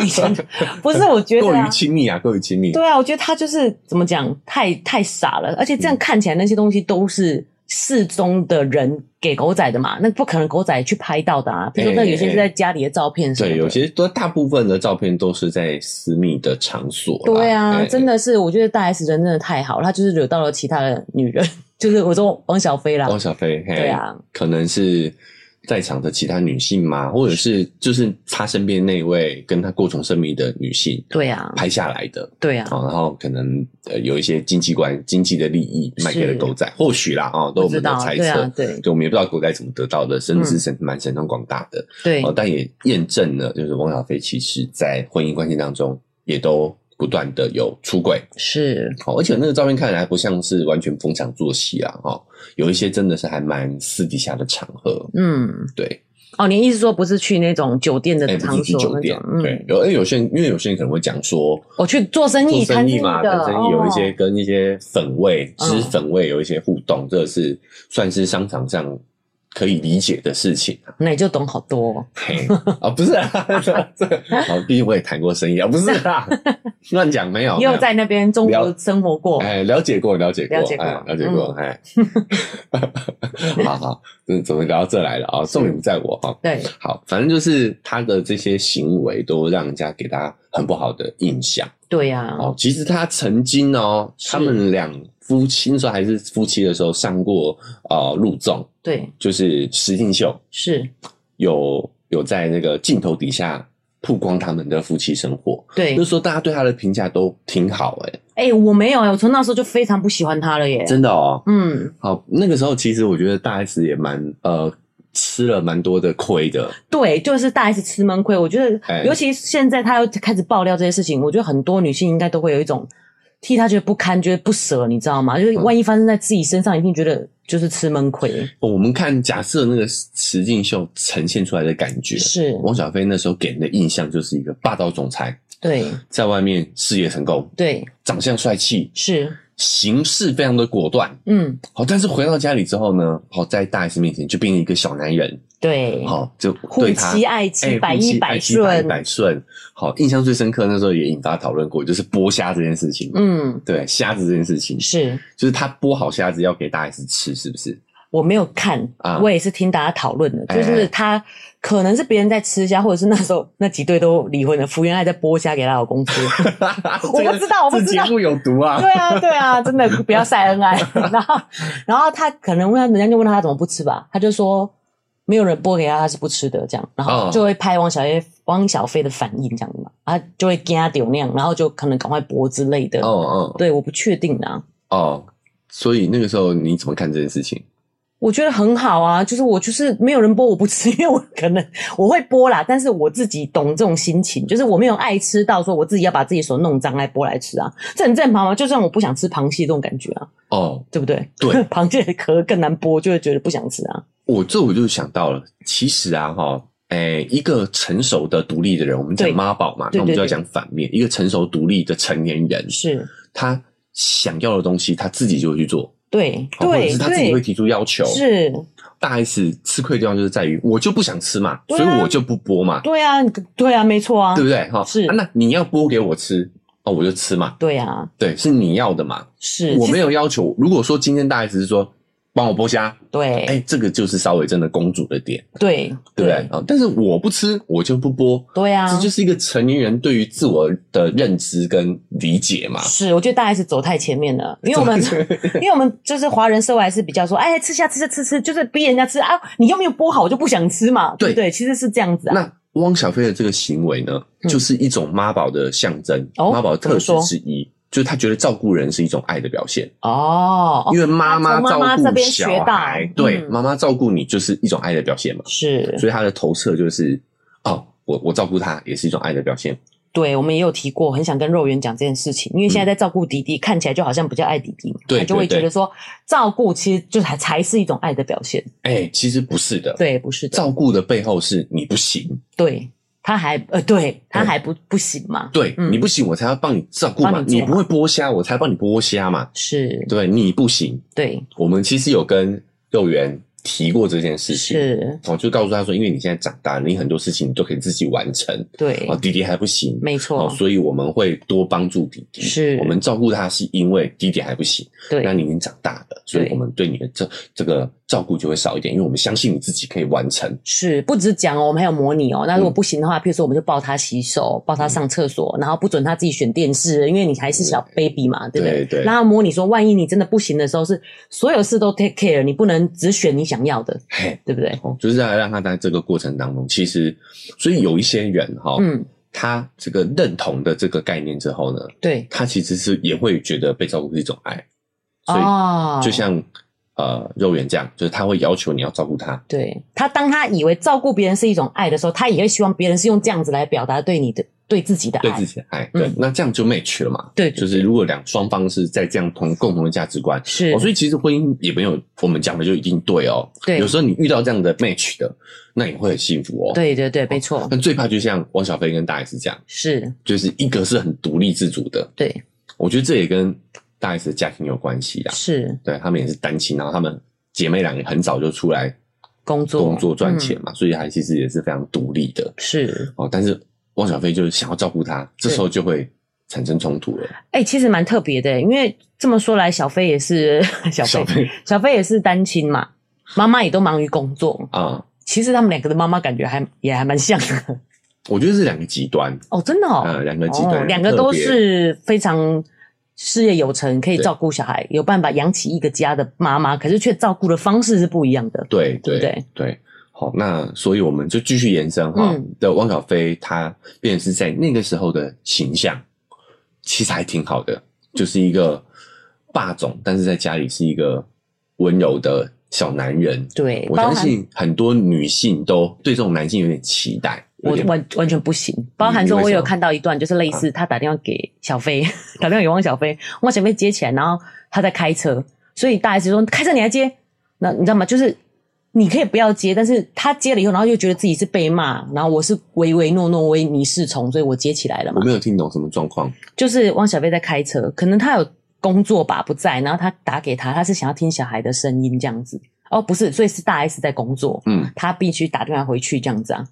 Speaker 1: 你真的不是？我觉得
Speaker 2: 过
Speaker 1: 啊
Speaker 2: 于亲密啊，过于亲密。
Speaker 1: 对啊，我觉得他就是怎么讲，太太傻了，而且这
Speaker 2: 嗯
Speaker 1: 样看起来那些东西都是失踪的人给狗仔的嘛，那不可能狗仔去拍到的啊。比如说，那有些是在家里的照片什么的
Speaker 2: 哎对，有些都大部分的照片都是在私密的场所啦。
Speaker 1: 对啊，
Speaker 2: 哎
Speaker 1: 真的是，我觉得大 S 人真的太好了，她就是惹到了其他的女人， 就是我说汪小菲啦，
Speaker 2: 汪小菲，嘿
Speaker 1: 对啊，
Speaker 2: 可能是在场的其他女性嘛，或者是就是他身边那位跟他过从甚密的女性
Speaker 1: 对啊，
Speaker 2: 拍下来的，
Speaker 1: 对啊，
Speaker 2: 哦，然后可能呃有一些经济关经济的利益卖给了狗仔，或许啦啊、哦，都
Speaker 1: 不
Speaker 2: 我
Speaker 1: 知
Speaker 2: 们的
Speaker 1: 道，
Speaker 2: 猜
Speaker 1: 对
Speaker 2: 测，
Speaker 1: 啊，对
Speaker 2: 对我们也不知道狗仔怎么得到的，甚至
Speaker 1: 嗯
Speaker 2: 是神蛮神通广大的、
Speaker 1: 对
Speaker 2: 哦，但也验证了，就是汪小菲其实在婚姻关系当中也都不断的有出轨，
Speaker 1: 是，
Speaker 2: 哦，而且那个照片看起来不像是完全逢场作戏啊，哈、哦，有一些真的是还蛮私底下的场合，
Speaker 1: 嗯，
Speaker 2: 对，
Speaker 1: 哦，你意思说不是去那种酒店的
Speaker 2: 哎、不
Speaker 1: 场
Speaker 2: 是去
Speaker 1: 所
Speaker 2: 酒
Speaker 1: 那
Speaker 2: 店
Speaker 1: 种，，
Speaker 2: 对
Speaker 1: 嗯，，
Speaker 2: 有，哎，有些人因为有些人可能会讲说，
Speaker 1: 我去做生意，
Speaker 2: 做生
Speaker 1: 谈
Speaker 2: 意嘛，谈
Speaker 1: 的，
Speaker 2: 生意有一些
Speaker 1: 哦
Speaker 2: 跟一些粉味、
Speaker 1: 嗯
Speaker 2: 脂粉味有一些互动，这是算是商场上可以理解的事情啊。
Speaker 1: 哦那你就懂好多哦，
Speaker 2: 嘿，啊，不是啊， 这个啊，毕竟我也谈过生意啊，不是啊，乱讲没有，
Speaker 1: 你
Speaker 2: 没
Speaker 1: 有在那边中国
Speaker 2: 了
Speaker 1: 生活过，
Speaker 2: 哎，了解过，了解过，
Speaker 1: 了解过嗯
Speaker 2: 哎，了解过，哎， 好好，嗯怎么聊到这来了啊？重点不在我哈。
Speaker 1: 对，
Speaker 2: 好，反正就是他的这些行为都让人家给他很不好的印象
Speaker 1: 对呀，
Speaker 2: 哦。其实他曾经哦，
Speaker 1: 是
Speaker 2: 他们两夫妻那时候还是夫妻的时候上过呃陆综，
Speaker 1: 对，
Speaker 2: 就是实境秀，
Speaker 1: 是，
Speaker 2: 有有在那个镜头底下曝光他们的夫妻生活，
Speaker 1: 对
Speaker 2: 那，时候大家对他的评价都挺好哎、
Speaker 1: 哎，我没有，哎我从那时候就非常不喜欢他了耶，
Speaker 2: 真的哦。
Speaker 1: 嗯，
Speaker 2: 好，那个时候其实我觉得大 S 也蛮呃吃了蛮多的亏的，
Speaker 1: 对，就是大 S 吃闷亏。我觉
Speaker 2: 哎
Speaker 1: 得，尤其现在她又开始爆料这些事情，我觉得很多女性应该都会有一种替她觉得不堪、觉得不舍，你知道吗？
Speaker 2: 嗯
Speaker 1: 就是万一发生在自己身上，一定觉得就是吃闷亏。
Speaker 2: 哦我们看假设那个实境秀呈现出来的感觉，
Speaker 1: 是，
Speaker 2: 汪小菲那时候给人的印象就是一个霸道总裁，
Speaker 1: 对，
Speaker 2: 在外面事业成功，
Speaker 1: 对，
Speaker 2: 长相帅气，
Speaker 1: 是，
Speaker 2: 行事非常的果断。
Speaker 1: 嗯，
Speaker 2: 好，但是回到家里之后呢，好在大 S 面前就变成一个小男人，
Speaker 1: 对，
Speaker 2: 好就
Speaker 1: 护
Speaker 2: 对他
Speaker 1: 妻爱
Speaker 2: 哎
Speaker 1: 妻，嗯百
Speaker 2: 夫妻
Speaker 1: 依百
Speaker 2: 爱妻百依
Speaker 1: 顺，
Speaker 2: 百顺。好，印象最深刻那时候也引发讨论过，就是剥虾这件事情。
Speaker 1: 嗯，
Speaker 2: 对虾子这件事情，
Speaker 1: 是。
Speaker 2: 就是他剥好虾子要给大 S 吃，是不是？
Speaker 1: 我没有看，
Speaker 2: 啊
Speaker 1: 我也是听大家讨论的，
Speaker 2: 哎
Speaker 1: 就是他可能是别人在吃虾，或者是那时候那几对都离婚了，福原爱在剥虾给她老公 吃。
Speaker 2: 我
Speaker 1: 不知道我不知道
Speaker 2: 这节目有毒啊！
Speaker 1: 对啊，对啊，真的不要晒恩爱。然后，然后他可能问他，人家就问他他怎么不吃吧，他就说没有人剥给他，他是不吃的这样。然后
Speaker 2: 哦
Speaker 1: 就会拍王小菲、王小菲的反应这样子嘛，他就会跟他丢那样，然后就可能赶快剥之类的。
Speaker 2: 哦哦
Speaker 1: 对，我不确定啊，
Speaker 2: 哦，所以那个时候你怎么看这件事情？
Speaker 1: 我觉得很好啊，就是我就是没有人剥我不吃，因为我可能我会剥啦，但是我自己懂这种心情，就是我没有爱吃到说我自己要把自己手弄脏来剥来吃啊，这很正常嘛，就算我不想吃螃蟹这种感觉啊。
Speaker 2: 哦，
Speaker 1: 对不对？
Speaker 2: 对
Speaker 1: 螃蟹的壳更难剥，就会觉得不想吃啊。
Speaker 2: 我这我就想到了，其实啊哈。哎，一个成熟的独立的人，我们讲
Speaker 1: 对
Speaker 2: 妈宝嘛，
Speaker 1: 对
Speaker 2: 那我们
Speaker 1: 对
Speaker 2: 就要
Speaker 1: 对
Speaker 2: 讲反面。一个成熟独立的成年人，
Speaker 1: 是，
Speaker 2: 他想要的东西，他自己就会去做，
Speaker 1: 对，
Speaker 2: 好哦或者
Speaker 1: 对，
Speaker 2: 是他自己会
Speaker 1: 对，
Speaker 2: 提出要求。
Speaker 1: 是，
Speaker 2: 大 S 吃亏的地方就是在于，我就不想吃嘛，
Speaker 1: 对啊
Speaker 2: 所以我就不播嘛，
Speaker 1: 对啊，对啊，没错啊
Speaker 2: 对，不对？哈、
Speaker 1: 是
Speaker 2: 啊那你要播给我吃，哦，我就吃嘛，
Speaker 1: 对啊，
Speaker 2: 对，是你要的嘛，
Speaker 1: 是，
Speaker 2: 我
Speaker 1: 其实
Speaker 2: 没有要求。如果说今天大 S 是说帮我剥虾，哎、
Speaker 1: 对，
Speaker 2: 这个就是稍微真的公主的点，
Speaker 1: 对，
Speaker 2: 对不对？啊？但是我不吃，我就不剥。
Speaker 1: 对啊
Speaker 2: 这，就是一个成年人对于自我的认知跟理解嘛。
Speaker 1: 是，我觉得大 S 走太前面了，因为我 们， 因为我们就是华人社会还是比较说，哎，吃下吃下吃吃，就是逼人家吃啊，你又没有剥好，我就不想吃嘛，对
Speaker 2: 对
Speaker 1: 不对？其实是这样子啊，
Speaker 2: 那汪小菲的这个行为呢，
Speaker 1: 嗯
Speaker 2: 就是一种妈宝的象征，
Speaker 1: 哦
Speaker 2: 妈宝的特质
Speaker 1: 怎么说
Speaker 2: 之一，就是他觉得照顾人是一种爱的表现，
Speaker 1: 哦，
Speaker 2: 因为妈
Speaker 1: 他从妈
Speaker 2: 照
Speaker 1: 妈这
Speaker 2: 顾
Speaker 1: 边
Speaker 2: 小
Speaker 1: 学到
Speaker 2: 孩，对，
Speaker 1: 嗯
Speaker 2: 妈妈照顾你就是一种爱的表现嘛，
Speaker 1: 是，
Speaker 2: 所以他的投射就是哦，我我照顾他也是一种爱的表现。
Speaker 1: 对，我们也有提过，很想跟肉圆讲这件事情，因为现在在照顾弟弟，看起来就好像比较爱弟弟嘛，
Speaker 2: 对
Speaker 1: 他就会
Speaker 2: 对对
Speaker 1: 觉得说照顾其实就才才是一种爱的表现，
Speaker 2: 哎、其实不是的，
Speaker 1: 对，不是的，
Speaker 2: 照顾的背后是你不行，
Speaker 1: 对，他还呃，对他还不不行嘛，
Speaker 2: 对、
Speaker 1: 嗯
Speaker 2: 你不行，我才要帮你照顾嘛，
Speaker 1: 帮你
Speaker 2: 你
Speaker 1: 做
Speaker 2: 不会剥虾，我才帮你剥虾嘛，
Speaker 1: 是，
Speaker 2: 对，你不行，
Speaker 1: 对
Speaker 2: 我们其实有跟肉圆提过这件事情，
Speaker 1: 是，
Speaker 2: 我就告诉他说，因为你现在长大了，你很多事情你都可以自己完成，
Speaker 1: 对
Speaker 2: 啊，，弟弟还不行，
Speaker 1: 没
Speaker 2: 哦，
Speaker 1: 错，
Speaker 2: 所以我们会多帮助弟弟，
Speaker 1: 是
Speaker 2: 我们照顾他是因为弟弟还不行，那
Speaker 1: 对，
Speaker 2: 你已经长大了，所以
Speaker 1: 对
Speaker 2: 我们对你的这这个照顾就会少一点，因为我们相信你自己可以完成。
Speaker 1: 是不止讲哦，我们还有模拟哦。那如
Speaker 2: 嗯
Speaker 1: 果不行的话，譬如说我们就抱他洗手，抱他上厕所，然后不准他自己选电视，因为你还是小 baby 嘛，对不对？
Speaker 2: 对对
Speaker 1: 然后模拟说，万一你真的不行的时候，是所有事都 take care，你不能只选你想要的，
Speaker 2: 嘿，
Speaker 1: 对不对？
Speaker 2: 哦，就是要让他在这个过程当中，其实，所以有一些人哈、
Speaker 1: 嗯，
Speaker 2: 他这个认同的这个概念之后呢，
Speaker 1: 对，
Speaker 2: 他其实是也会觉得被照顾是一种爱，所以
Speaker 1: 哦，
Speaker 2: 就像、呃肉圆这样，就是他会要求你要照顾他，
Speaker 1: 对他，当他以为照顾别人是一种爱的时候，他也会希望别人是用这样子来表达对你的、对自己的
Speaker 2: 对
Speaker 1: 爱
Speaker 2: 自。己的爱，对，
Speaker 1: 嗯
Speaker 2: 那这样就 match 了嘛。
Speaker 1: 对，对
Speaker 2: 就是如果两双方是在这样同共同的价值观，
Speaker 1: 是，
Speaker 2: 哦，所以其实婚姻也没有我们讲的就一定对哦。
Speaker 1: 对
Speaker 2: 有时候你遇到这样的 match 的，那也会很幸福哦。，
Speaker 1: 对对对，没错，
Speaker 2: 但最怕就像汪小菲跟大 S 这样，
Speaker 1: 是
Speaker 2: 就是一个是很独立自主的，
Speaker 1: 对，
Speaker 2: 我觉得这也跟大 S 的家庭有关系啊啦。
Speaker 1: 是
Speaker 2: 对他们也是单亲，然后他们姐妹俩也很早就出来
Speaker 1: 工作
Speaker 2: 工作赚
Speaker 1: 嗯
Speaker 2: 钱嘛，所以她其实也是非常独立的
Speaker 1: 是。
Speaker 2: 哦。但是汪小菲就是想要照顾她，这时候就会产生冲突了。
Speaker 1: 哎、其实蛮特别的，因为这么说来，小飞也是 小
Speaker 2: 小
Speaker 1: 飞，
Speaker 2: 菲
Speaker 1: 小飞也是单亲嘛，妈妈也都忙于工作。
Speaker 2: 啊，
Speaker 1: 其实他们两个的妈妈感觉还也还蛮像的
Speaker 2: 我觉得是两个极端，
Speaker 1: 哦，真的哦，
Speaker 2: 呃，两个极
Speaker 1: 哦
Speaker 2: 端，
Speaker 1: 两个
Speaker 2: 特
Speaker 1: 都
Speaker 2: 别
Speaker 1: 是非常事业有成，可以
Speaker 2: 对
Speaker 1: 照顾小孩，有办法养起一个家的妈妈，可是却照顾的方式是不一样的。
Speaker 2: 对
Speaker 1: 对
Speaker 2: 对
Speaker 1: 不对
Speaker 2: 好，那所以我们就继续延伸哈、
Speaker 1: 嗯
Speaker 2: 的汪小菲他便是在那个时候的形象，其实还挺好的，就是一个霸总，但是在家里是一个温柔的小男人。
Speaker 1: 对，
Speaker 2: 我
Speaker 1: 包
Speaker 2: 相
Speaker 1: 含
Speaker 2: 信很多女性都对这种男性有点期待，有
Speaker 1: 我
Speaker 2: 点
Speaker 1: 完完全不行，包含
Speaker 2: 你
Speaker 1: 说，
Speaker 2: 为
Speaker 1: 我
Speaker 2: 什
Speaker 1: 有
Speaker 2: 么啊
Speaker 1: 看到一段，就是类似他打电话给小飞， 打电话给汪小菲，汪小菲接起来，然后他在开车，所以大 S 说开车你来接，那你知道吗？就是你可以不要接，但是他接了以后，然后又觉得自己是被骂，然后我是唯唯诺诺，唯你是从，所以我接起来了
Speaker 2: 我
Speaker 1: 嘛。
Speaker 2: 没有听懂什么状况。
Speaker 1: 就是汪小菲在开车，可能他有工作吧，不在，然后他打给他，他是想要听小孩的声音这样子。哦，不是，所以是大 S 在工作，
Speaker 2: 嗯，
Speaker 1: 他必须打电话回去这样子啊。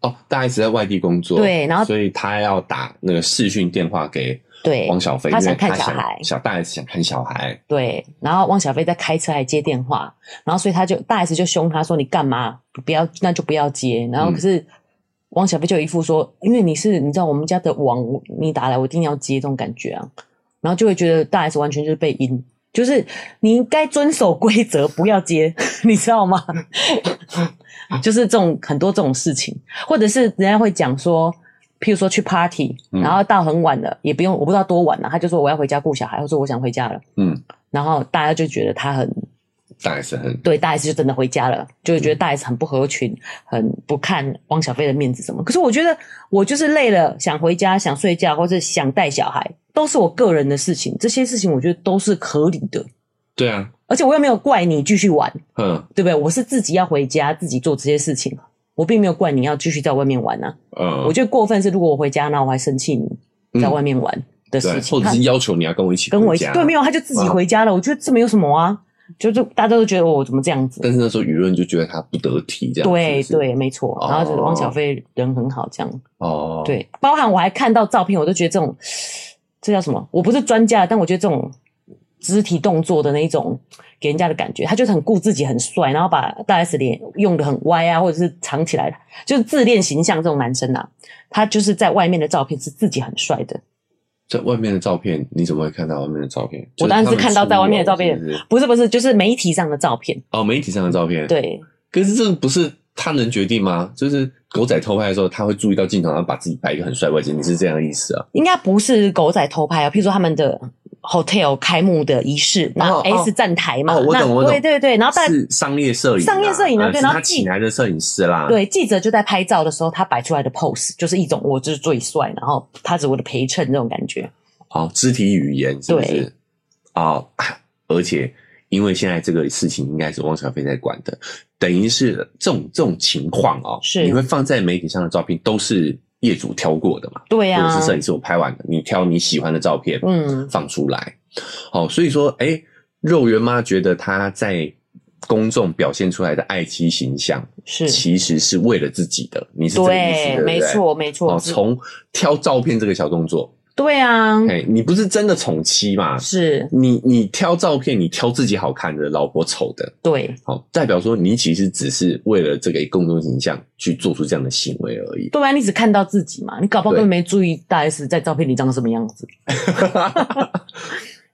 Speaker 2: 哦，大 S 在外地工作，
Speaker 1: 对然后
Speaker 2: 所以他要打那个视讯电话给
Speaker 1: 对，
Speaker 2: 汪小菲，
Speaker 1: 他
Speaker 2: 因为
Speaker 1: 想看
Speaker 2: 他
Speaker 1: 小孩
Speaker 2: 小大 S 想看小孩，
Speaker 1: 对，然后汪小菲在开车还接电话，然后所以他就大 S 就凶他说你干嘛不要那就不要接，然后可是汪小菲就有一副说因为你是你知道我们家的网你打来我一定要接这种感觉啊，然后就会觉得大 S 完全就是被阴，就是你应该遵守规则不要接， 你知道吗？就是这种很多这种事情，或者是人家会讲说。譬如说去 party，
Speaker 2: 嗯
Speaker 1: 然后到很晚了，也不用我不知道多晚了、他就说我要回家顾小孩，或者我想回家了，
Speaker 2: 嗯，
Speaker 1: 然后大家就觉得他很
Speaker 2: 大 S 很
Speaker 1: 对大 S 就真的回家了，就会
Speaker 2: 嗯
Speaker 1: 觉得大 S 很不合群，很不看汪小菲的面子什么。可是我觉得我就是累了，想回家，想睡觉，或者想带小孩，都是我个人的事情，这些事情我觉得都是合理的，
Speaker 2: 对啊，
Speaker 1: 而且我又没有怪你继续玩，
Speaker 2: 嗯。
Speaker 1: 对不对？我是自己要回家，自己做这些事情。我并没有怪你要继续在外面玩啊，
Speaker 2: 呃
Speaker 1: 我觉得过分是如果我回家，那我还生气你在外面玩的事
Speaker 2: 嗯对，
Speaker 1: 情，
Speaker 2: 或者
Speaker 1: 他
Speaker 2: 是要求你要跟我一起
Speaker 1: 跟我
Speaker 2: 回
Speaker 1: 一起
Speaker 2: 家，
Speaker 1: 对，没有，他就自己回家了。我觉得这没有什么啊，就是大家都觉得我怎么这样子。
Speaker 2: 但是那时候舆论就觉得他不得体，这样
Speaker 1: 对
Speaker 2: 是不是
Speaker 1: 对，没错。然后就是汪小菲人很好，这样
Speaker 2: 哦，，
Speaker 1: 对。包含我还看到照片，我都觉得这种这叫什么？我不是专家，但我觉得这种肢体动作的那一种给人家的感觉，他就是很顾自己，很帅，然后把大 S 脸用的很歪啊，或者是藏起来，就是自恋形象这种男生啊，他就是在外面的照片是自己很帅的，
Speaker 2: 在外面的照片你怎么会看到外面的照片？
Speaker 1: 我当然是看到在外面的照片
Speaker 2: 就是他们出游是不是
Speaker 1: 不是不是，就是媒体上的照片，
Speaker 2: 哦，媒体上的照片，，
Speaker 1: 对。
Speaker 2: 可是这个不是他能决定吗？就是狗仔偷拍的时候，他会注意到镜头，然后把自己摆一个很帅的位置，你是这样的意思啊？
Speaker 1: 应该不是狗仔偷拍啊，譬如说他们的 hotel 开幕的仪式，那
Speaker 2: 哦哦
Speaker 1: S 站台嘛，
Speaker 2: 哦我懂
Speaker 1: 那
Speaker 2: 我懂
Speaker 1: 对对对，然后在
Speaker 2: 是商业摄影啊，
Speaker 1: 商业摄影啊
Speaker 2: 呃
Speaker 1: 对
Speaker 2: 是
Speaker 1: 然后
Speaker 2: 他
Speaker 1: 记
Speaker 2: 请来的摄影师啦，，
Speaker 1: 对记者就在拍照的时候，他摆出来的 pose 就是一种我就是最帅，然后他是我的陪衬这种感觉。
Speaker 2: 哦，肢体语言是不
Speaker 1: 对
Speaker 2: 是？哦，而且因为现在这个事情应该是汪小菲在管的，等于是这种这种情况哦，
Speaker 1: 是
Speaker 2: 你会放在媒体上的照片都是业主挑过的嘛，
Speaker 1: 对
Speaker 2: 或者
Speaker 1: 啊
Speaker 2: 是，摄影师我拍完的，你挑你喜欢的照片，
Speaker 1: 嗯，
Speaker 2: 哦放出来。好、所以说，哎，肉圆妈觉得她在公众表现出来的爱妻形象，
Speaker 1: 是
Speaker 2: 其实是为了自己的，你是这个意思，对
Speaker 1: 嗯对，
Speaker 2: 不对
Speaker 1: 没。错，没错
Speaker 2: 哦，，从挑照片这个小动作，
Speaker 1: 对啊，
Speaker 2: 哎、你不是真的宠妻嘛？
Speaker 1: 是
Speaker 2: 你你挑照片，你挑自己好看的，老婆丑的，
Speaker 1: 对，
Speaker 2: 好、代表说你其实只是为了这个公众形象去做出这样的行为 而已。
Speaker 1: 对啊，你只看到自己嘛，你搞不好
Speaker 2: 对
Speaker 1: 根本没注意大 S 在照片里长什么样子，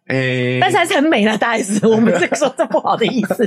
Speaker 2: 哎、
Speaker 1: 但是还是很美啦，啊大 S，我们这个说这不好的意思。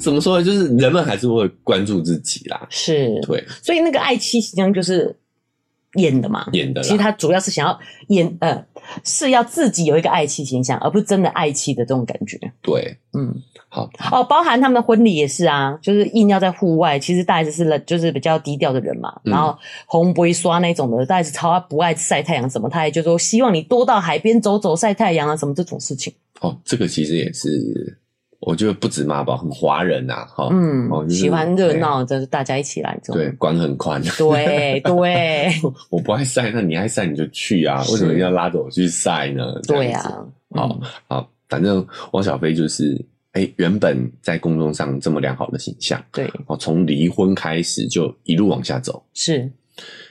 Speaker 2: 怎么说呢？就是人们还是会关注自己啦，
Speaker 1: 是，
Speaker 2: 对，
Speaker 1: 所以那个爱妻实际上就是演的嘛，
Speaker 2: 演的
Speaker 1: 其实
Speaker 2: 啦。
Speaker 1: 他主要是想要演，呃，是要自己有一个爱妻形象，而不是真的爱妻的这种感觉。
Speaker 2: 对，
Speaker 1: 嗯，
Speaker 2: 好，
Speaker 1: 哦，包含他们的婚礼也是啊，就是硬要在户外。其实大 S 是人就是比较低调的人嘛，
Speaker 2: 嗯
Speaker 1: 然后红不会刷那种的，大 S 超不爱晒太阳什么，他也就说希望你多到海边走走晒太阳啊什么这种事情。
Speaker 2: 哦，这个其实也是，我觉得不止妈宝，很华人呐、哈、
Speaker 1: 嗯，
Speaker 2: 哦就是
Speaker 1: 喜欢热闹，就是大家一起来这种。
Speaker 2: 对，管很宽。
Speaker 1: 对对
Speaker 2: 我不爱晒，那你爱晒你就去啊，
Speaker 1: 是
Speaker 2: 为什么一定要拉着我去晒呢？ 这
Speaker 1: 对
Speaker 2: 样子
Speaker 1: 啊，
Speaker 2: 好、
Speaker 1: 嗯
Speaker 2: 好，反正汪小菲就是，哎、原本在公众上这么良好的形象，
Speaker 1: 对
Speaker 2: 哦，从离婚开始就一路往下走。
Speaker 1: 是，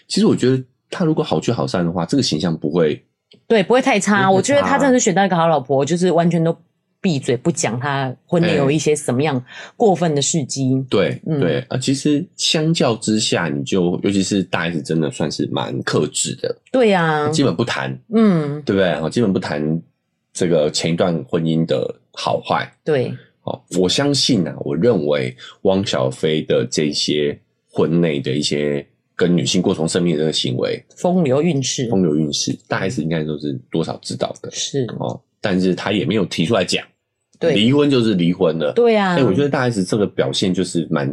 Speaker 2: 其实我觉得他如果好聚好散的话，这个形象不会
Speaker 1: 对不会太差。
Speaker 2: 不会
Speaker 1: 我觉得他
Speaker 2: 差
Speaker 1: 真的是选到一个好老婆，就是完全都闭嘴不讲他婚内
Speaker 2: 哎
Speaker 1: 有一些什么样过分的事迹。
Speaker 2: 对、
Speaker 1: 嗯
Speaker 2: 对啊。其实相较之下，你就尤其是大 S 真的算是蛮克制的，
Speaker 1: 对啊，
Speaker 2: 基本不谈，
Speaker 1: 嗯，
Speaker 2: 对不对？哦，基本不谈这个前一段婚姻的好坏。
Speaker 1: 对。
Speaker 2: 哦，我相信啊，我认为汪小菲的这些婚内的一些跟女性过从甚密的这个行为，
Speaker 1: 风流韵事，
Speaker 2: 风流韵事，大 S 应该都是多少知道的
Speaker 1: 是
Speaker 2: 哦，但是他也没有提出来讲，
Speaker 1: 对
Speaker 2: 离婚就是离婚了。
Speaker 1: 对啊，
Speaker 2: 哎、我觉得大 S 这个表现就是蛮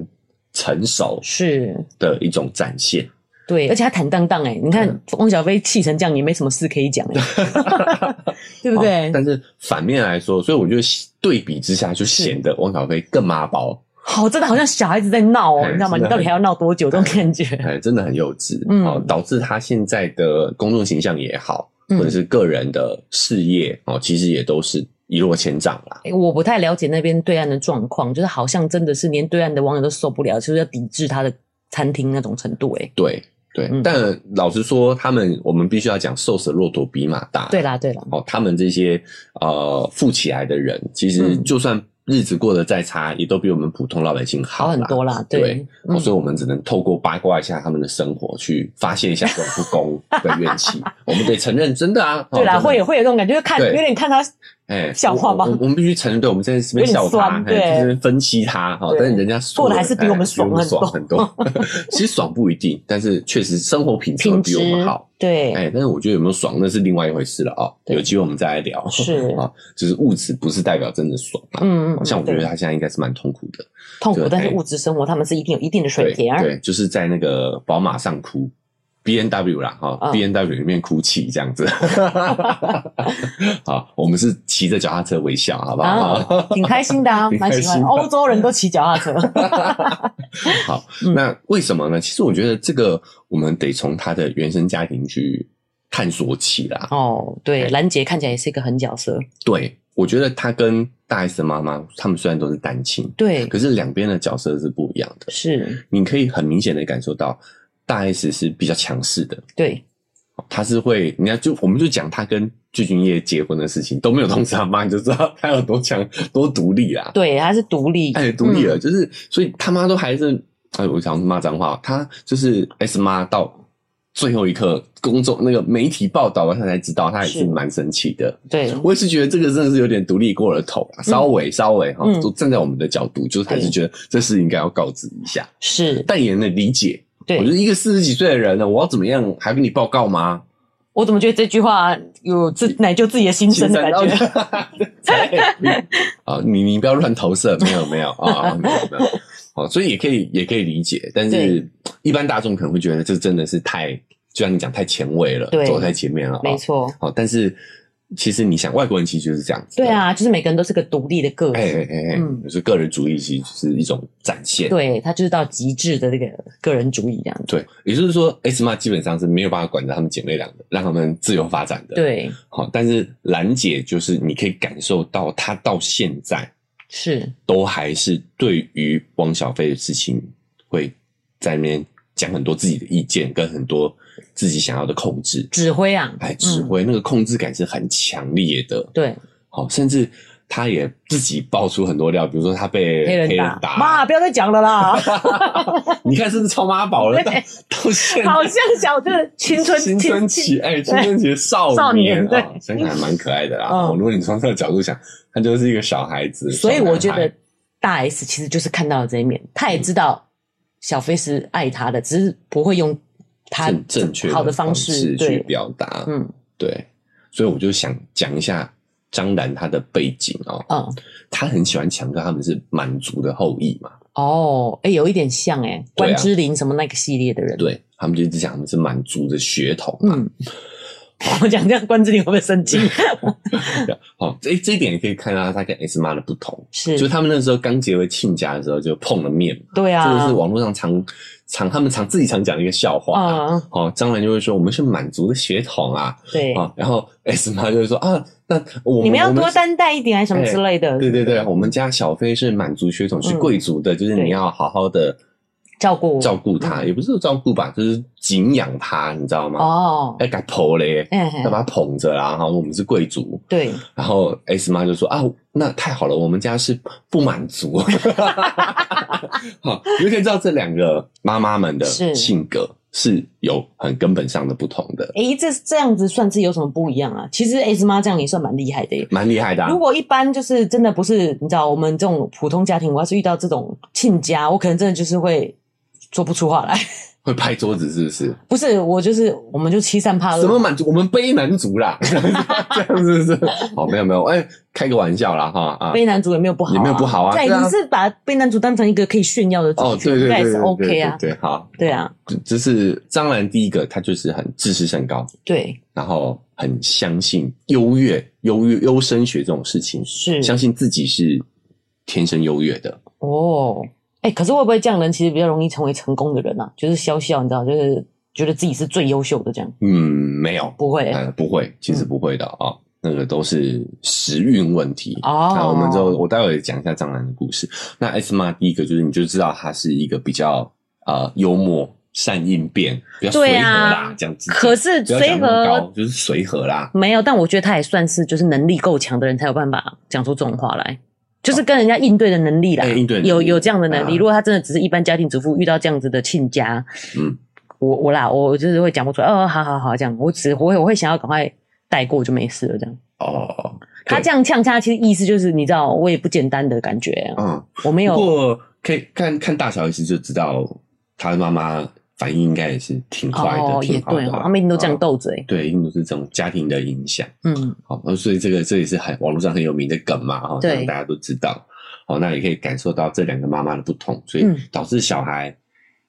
Speaker 2: 成熟
Speaker 1: 是
Speaker 2: 的一种展现。
Speaker 1: 对，而且他坦荡荡哎，你看
Speaker 2: 嗯
Speaker 1: 汪小菲气成这样，也没什么事可以讲 哎，对不
Speaker 2: 哦
Speaker 1: 对？
Speaker 2: 但是反面来说，所以我觉得对比之下，就显得汪小菲更妈宝，
Speaker 1: 好，真的好像小孩子在闹哦，
Speaker 2: 哎
Speaker 1: 你知道吗？
Speaker 2: 真
Speaker 1: 你
Speaker 2: 的
Speaker 1: 到底还要闹多久？这种感 觉，
Speaker 2: 哎，真的很幼稚，
Speaker 1: 嗯
Speaker 2: 哦，导致他现在的公众形象也好，或
Speaker 1: 嗯
Speaker 2: 者是个人的事业哦，其实也都是一落千丈啦。
Speaker 1: 哎我不太了解那边对岸的状况，就是好像真的是连对岸的网友都受不了，就是要抵制他的餐厅那种程度哎。
Speaker 2: 对对，
Speaker 1: 嗯
Speaker 2: 但老实说，他们我们必须要讲，瘦死的骆驼比马大。
Speaker 1: 对啦，对啦，
Speaker 2: 哦，他们这些呃富起来的人，其实
Speaker 1: 嗯
Speaker 2: 就算日子过得再差，也都比我们普通老百姓好
Speaker 1: 好很
Speaker 2: 啦
Speaker 1: 多啦，
Speaker 2: 对，
Speaker 1: 嗯
Speaker 2: 哦，所以我们只能透过八卦一下他们的生活，去发泄一下这种不公的怨气。 我们得承认，真的啊，哦
Speaker 1: 对啦，
Speaker 2: 真的
Speaker 1: 会有会有这种感觉，就看有
Speaker 2: 对
Speaker 1: 点看他
Speaker 2: 哎，
Speaker 1: 笑话吗
Speaker 2: 我我我们必须承认，对，我们在这边笑
Speaker 1: 有点
Speaker 2: 他，
Speaker 1: 酸
Speaker 2: 哎在这
Speaker 1: 对
Speaker 2: 边分析他哈
Speaker 1: 对，
Speaker 2: 但是人家说
Speaker 1: 过得还是比我们
Speaker 2: 哎
Speaker 1: 爽很多
Speaker 2: 很多。 其实爽不一定，但是确实生活品质会
Speaker 1: 品
Speaker 2: 比
Speaker 1: 质
Speaker 2: 我们好。
Speaker 1: 对，
Speaker 2: 哎，但是我觉得有没有爽，那是另外一回事了啊、
Speaker 1: 对
Speaker 2: 有机会我们再来聊。
Speaker 1: 是
Speaker 2: 啊，就是物质不是代表真的爽啊。
Speaker 1: 嗯嗯嗯，
Speaker 2: 像我觉
Speaker 1: 对
Speaker 2: 得他现在应该是蛮痛苦的，
Speaker 1: 痛苦，
Speaker 2: 对
Speaker 1: 但是
Speaker 2: 哎
Speaker 1: 物质生活他们是一定有一定的水
Speaker 2: 对
Speaker 1: 平。啊
Speaker 2: 对，就是在那个宝马上哭，B N W 啦哈、
Speaker 1: 嗯
Speaker 2: b N W 里面哭泣这样子。 好，我们是骑着脚踏车微笑，好不好？
Speaker 1: 啊， 挺开心的啊，
Speaker 2: 挺
Speaker 1: 蛮
Speaker 2: 开
Speaker 1: 喜欢
Speaker 2: 心
Speaker 1: 的。
Speaker 2: 的
Speaker 1: 欧洲人都骑脚踏车，
Speaker 2: 好
Speaker 1: 嗯，
Speaker 2: 那为什么呢？其实我觉得这个我们得从他的原生家庭去探索起啦。
Speaker 1: 哦，
Speaker 2: 哎
Speaker 1: 对，兰姐看起来也是一个狠角色，
Speaker 2: 对，我觉得他跟大 S 的妈妈，他们虽然都是单亲，
Speaker 1: 对，
Speaker 2: 可是两边的角色是不一样的。
Speaker 1: 是，
Speaker 2: 你可以很明显的感受到，大 S 是比较强势的，
Speaker 1: 对，
Speaker 2: 他是会，人家就我们就讲他跟具俊晔结婚的事情都没有通知他妈，你就知道他有多强、多独立啦。
Speaker 1: 对，她是独立，
Speaker 2: 哎，独立
Speaker 1: 嗯
Speaker 2: 了，就是所以他妈都还是，哎，我想骂脏话，他就是 S 妈到最后一刻，公众那个媒体报道了，他才知道，他也
Speaker 1: 是
Speaker 2: 是蛮生气的。
Speaker 1: 嗯，对，
Speaker 2: 我也是觉得这个真的是有点独立过了头了，稍微稍微哈
Speaker 1: 嗯，
Speaker 2: 就站在我们的角度，就是还是觉得这事应该要告知一下，
Speaker 1: 是，
Speaker 2: 但也能理解。我觉
Speaker 1: 对，
Speaker 2: 得一个四十几岁的人呢，我要怎么样还跟你报告吗？
Speaker 1: 我怎么觉得这句话有自奶就自己的心声的感觉？
Speaker 2: 觉。啊，你你不要乱投射，没有没有 啊，没有没有。哦，所以也可以也可以理解，但是
Speaker 1: 对
Speaker 2: 一般大众可能会觉得这真的是太，就像你讲太前卫了，
Speaker 1: 对
Speaker 2: 走在前面了，
Speaker 1: 没。错，
Speaker 2: 哦，但是其实你想，外国人其实就是这样子。
Speaker 1: 对。啊，就是每个人都是个独立的个体，
Speaker 2: 哎哎哎哎
Speaker 1: 嗯，
Speaker 2: 就是个人主义，其实就是一种展现。
Speaker 1: 对他就是到极致的这个个人主义这样子。
Speaker 2: 对，也就是说，S m a 基本上是没有办法管着他们姐妹俩的，让他们自由发展的。，
Speaker 1: 对，
Speaker 2: 好，但是兰姐就是你可以感受到，她到现在
Speaker 1: 是，
Speaker 2: 都还是对于汪小菲的事情会在那边讲很多自己的意见，跟很多自己想要的控制，
Speaker 1: 指挥啊，
Speaker 2: 哎，指
Speaker 1: 嗯、
Speaker 2: 挥、那个控制感是很强烈的。
Speaker 1: 对，
Speaker 2: 好，甚至她也自己爆出很多料，比如说她被
Speaker 1: 黑人打
Speaker 2: 打，，
Speaker 1: 妈，不要再讲了啦，
Speaker 2: 你看是不是超妈宝了？到
Speaker 1: 对
Speaker 2: 到现 在
Speaker 1: 好像小的青春
Speaker 2: 青春期，哎，青春期的少
Speaker 1: 少
Speaker 2: 年
Speaker 1: 年对
Speaker 2: 啊，想想还蛮可爱的啦。
Speaker 1: 嗯
Speaker 2: 哦如果你从这个角度想，他就是一个小孩子。
Speaker 1: 所以
Speaker 2: 小男
Speaker 1: 我觉
Speaker 2: 孩
Speaker 1: 得大 S 其实就是看到了这一面，他也知道小飞是爱他的，只是不会用他
Speaker 2: 正正确
Speaker 1: 好的
Speaker 2: 方
Speaker 1: 方式
Speaker 2: 去
Speaker 1: 对，
Speaker 2: 表达，
Speaker 1: 嗯
Speaker 2: 对，所以我就想讲一下张兰她的背景哦，
Speaker 1: 嗯，
Speaker 2: 她很喜欢强调他们是满族的后裔嘛，
Speaker 1: 哦，哎，有一点像哎、
Speaker 2: 对啊
Speaker 1: 关之琳什么那个系列的人，
Speaker 2: 对啊他们就一直讲他们是满族的血统嘛。
Speaker 1: 嗯，我讲这样关之琳会不会生 气？
Speaker 2: 哦，这这一点也可以看到她跟 S 妈的不同，
Speaker 1: 是，
Speaker 2: 就他们那时候刚结为亲家的时候就碰了面嘛，
Speaker 1: 对
Speaker 2: 这个
Speaker 1: 啊
Speaker 2: 是，网络上常常他们常自己常讲的一个笑话啊。
Speaker 1: 嗯，
Speaker 2: 哦，张兰就会说我们是满族的血统啊，
Speaker 1: 对，
Speaker 2: 啊，然后 S 妈就会说啊，那我
Speaker 1: 你们要
Speaker 2: 我
Speaker 1: 多
Speaker 2: 是
Speaker 1: 担待一点，还是什么之类的，
Speaker 2: 对对对，我们家小飞是满族血统，是
Speaker 1: 嗯
Speaker 2: 贵族的，就是你
Speaker 1: 对
Speaker 2: 要好好的
Speaker 1: 照顾嗯
Speaker 2: 照顾他，也不是说照顾吧，就是敬仰他，你知道吗？哎
Speaker 1: 哦，
Speaker 2: 要给他捧嘞，
Speaker 1: 嗯，
Speaker 2: 要把他捧着啊啦。然后我们是贵族，
Speaker 1: 对，
Speaker 2: 然后 S 妈就说啊，那太好了，我们家是不满族。 好，你就可以知道这两个妈妈们的
Speaker 1: 是
Speaker 2: 性格是有很根本上的不同的，
Speaker 1: 诶，这这样子算是有什么不一样啊？其实 S 妈这样也算蛮厉害的耶。
Speaker 2: 蛮厉害的、啊
Speaker 1: 如。果一般就是真的不是你知道我们这种普通家庭，我要是遇到这种亲家，我可能真的就是会说不出话来。
Speaker 2: 会拍桌子是不是？
Speaker 1: 不是我就是我们就欺善怕恶，
Speaker 2: 什么满族？我们卑南族 啦，这样是不是？哦，没有没有，哎、开个玩笑啦哈啊。
Speaker 1: 背男主也没有不好、啊，
Speaker 2: 也没有不好啊
Speaker 1: 对，
Speaker 2: 对啊
Speaker 1: 你是把背男主当成一个可以炫耀的
Speaker 2: 哦
Speaker 1: 族，群，
Speaker 2: 对对
Speaker 1: 那
Speaker 2: 对
Speaker 1: 也
Speaker 2: 对
Speaker 1: 是
Speaker 2: 对
Speaker 1: OK 啊，
Speaker 2: 对，对好，
Speaker 1: 对啊，
Speaker 2: 这这是张兰第一个，她就是很自视甚高，
Speaker 1: 对
Speaker 2: 然后很相信优越、优越、优生学这种事情，
Speaker 1: 是
Speaker 2: 相信自己是天生优越的。
Speaker 1: 哦。哎、可是会不会这样的人其实比较容易成为成功的人啊？就是笑笑，你知道，就是觉得自己是最优秀的这样，
Speaker 2: 嗯，没有，
Speaker 1: 不会、
Speaker 2: 呃，不会，其
Speaker 1: 嗯
Speaker 2: 实不会的啊、哦那个都是时运问题
Speaker 1: 哦
Speaker 2: 那我们就我待会讲一下张兰的故事。那 S 妈第一个就是你就知道她是一个比较呃幽默、善应变、比较随
Speaker 1: 对
Speaker 2: 和
Speaker 1: 啊
Speaker 2: 啦，讲直接
Speaker 1: 可是
Speaker 2: 不要讲
Speaker 1: 随
Speaker 2: 那么高
Speaker 1: 和
Speaker 2: 就是随和啦。
Speaker 1: 没有，但我觉得他也算是就是能力够强的人才有办法讲出这种话来，就是跟人家应对的能力啦，
Speaker 2: 哦哎应对能力
Speaker 1: 有有这样的能力。
Speaker 2: 啊
Speaker 1: 如果他真的只是一般家庭主妇，遇到这样子的亲家，
Speaker 2: 嗯，
Speaker 1: 我我啦，我就是会讲不出来，哦，好好好，这样，我只我会我会想要赶快带过就没事了，这样。
Speaker 2: 哦，
Speaker 1: 他这样呛他，其实意思就是你知道，我也不简单的感觉，啊
Speaker 2: 嗯，
Speaker 1: 我没
Speaker 2: 不
Speaker 1: 有
Speaker 2: 过可以看看大小意思就知道她的妈妈反应应该也是挺快的，
Speaker 1: 哦，也
Speaker 2: 挺好
Speaker 1: 对
Speaker 2: 的
Speaker 1: 哦
Speaker 2: 啊。，
Speaker 1: 他们一定都这样
Speaker 2: 啊
Speaker 1: 斗嘴，
Speaker 2: 对，一定都是这种家庭的影响。
Speaker 1: 嗯，
Speaker 2: 好，那所以这个这也是很网络上很有名的梗嘛，哈、
Speaker 1: 对
Speaker 2: 让大家都知道。好，那也可以感受到这两个妈妈的不同，所以
Speaker 1: 嗯
Speaker 2: 导致小孩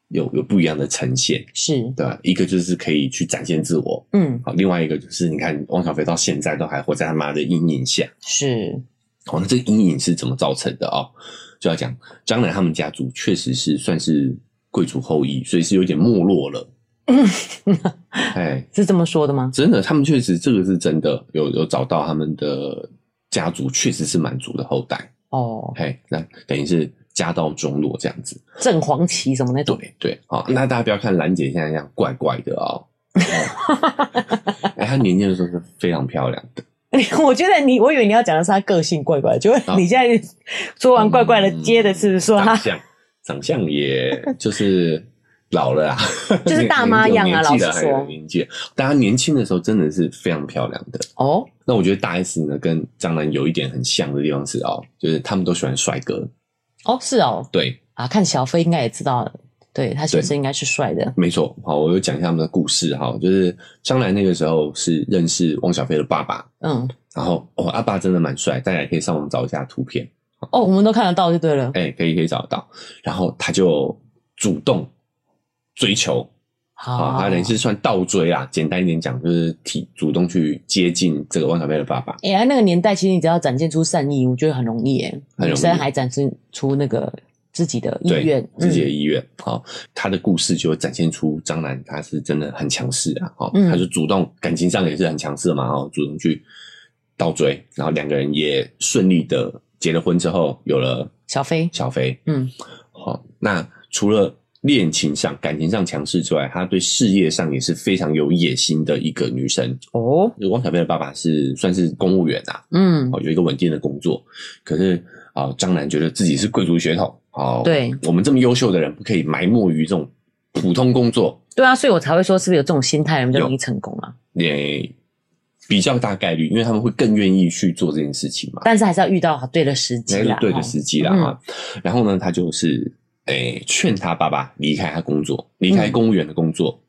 Speaker 2: 有有不一样的呈现。
Speaker 1: 是，
Speaker 2: 对吧，一个就是可以去展现自我，
Speaker 1: 嗯，
Speaker 2: 好，另外一个就是你看汪小菲到现在都还活在他妈的阴影下。
Speaker 1: 是，
Speaker 2: 好，那这个阴影是怎么造成的哦？就要讲张兰他们家族确实是算是贵族后裔，所以是有点没 落了。哎，
Speaker 1: 是这么说的吗？
Speaker 2: 真的，他们确实这个是真的，有有找到他们的家族确实是满族的后代，
Speaker 1: 哦，
Speaker 2: 嘿，那等于是家道中落这样子。
Speaker 1: 正黄旗什么那种，
Speaker 2: 对对，好、那大家不要看兰姐现在这样怪怪的 哦。哦哎，她年轻的时候是非常漂亮的，
Speaker 1: 我觉得你，我以为你要讲的是他个性怪怪，结
Speaker 2: 啊
Speaker 1: 果你现在说完怪怪的，
Speaker 2: 嗯
Speaker 1: 接的是说
Speaker 2: 长
Speaker 1: 他
Speaker 2: 相长相也就是老了啊，
Speaker 1: 就是大妈样啊
Speaker 2: 有 年
Speaker 1: 老
Speaker 2: 纪了
Speaker 1: 实
Speaker 2: 还有
Speaker 1: 说
Speaker 2: 年纪了，但她年轻的时候真的是非常漂亮的。
Speaker 1: 哦，
Speaker 2: 那我觉得大 S 呢跟张兰有一点很像的地方是哦，就是他们都喜欢帅哥，
Speaker 1: 哦是哦
Speaker 2: 对，
Speaker 1: 啊，看小飞应该也知道对他先生应该是帅的，
Speaker 2: 没错，好，我又讲一下他们的故事哈，就是张兰那个时候是认识汪小菲的爸爸，
Speaker 1: 嗯，
Speaker 2: 然后哦，阿爸真的蛮帅，大家也可以上网找一下图片，
Speaker 1: 哦，我们都看得到就对了，
Speaker 2: 哎、可以可以找得到，然后他就主动追求
Speaker 1: 哦
Speaker 2: 啊，他等于是算倒追啦，简单一点讲就是提主动去接近这个汪小菲的爸爸，
Speaker 1: 哎、欸，那个年代其实你只要展现出善意，我觉得很容易耶。
Speaker 2: 很容易
Speaker 1: 女生还展现出那个自己的意
Speaker 2: 对
Speaker 1: 愿，，
Speaker 2: 自己的
Speaker 1: 嗯
Speaker 2: 意愿。好、他的故事就展现出张兰他是真的很强势啊，好、
Speaker 1: 嗯
Speaker 2: 他就主动感情上也是很强势嘛，哦，主动去倒追，然后两个人也顺利的结了婚之后有了
Speaker 1: 小飞，
Speaker 2: 小飞。
Speaker 1: 嗯，
Speaker 2: 好、那除了恋情上、感情上强势之外，她对事业上也是非常有野心的一个女生。
Speaker 1: 哦，
Speaker 2: 就汪小菲的爸爸是算是公务员啊，
Speaker 1: 嗯，
Speaker 2: 哦，有一个稳定的工作。可是啊、张兰觉得自己是贵族血统，哦，
Speaker 1: 对，
Speaker 2: 我们这么优秀的人不可以埋没于这种普通工作，
Speaker 1: 对啊，所以我才会说，是不是有这种心态，人比较容易
Speaker 2: 有
Speaker 1: 成功啊？
Speaker 2: 也比较大概率，因为他们会更愿意去做这件事情嘛，
Speaker 1: 但是还是要遇到好对的时机
Speaker 2: 应该
Speaker 1: 啦
Speaker 2: 是，对
Speaker 1: 哦
Speaker 2: 的时机啦啊。然后呢，他就是诶、劝他爸爸离开他工作，离开公务员的工作。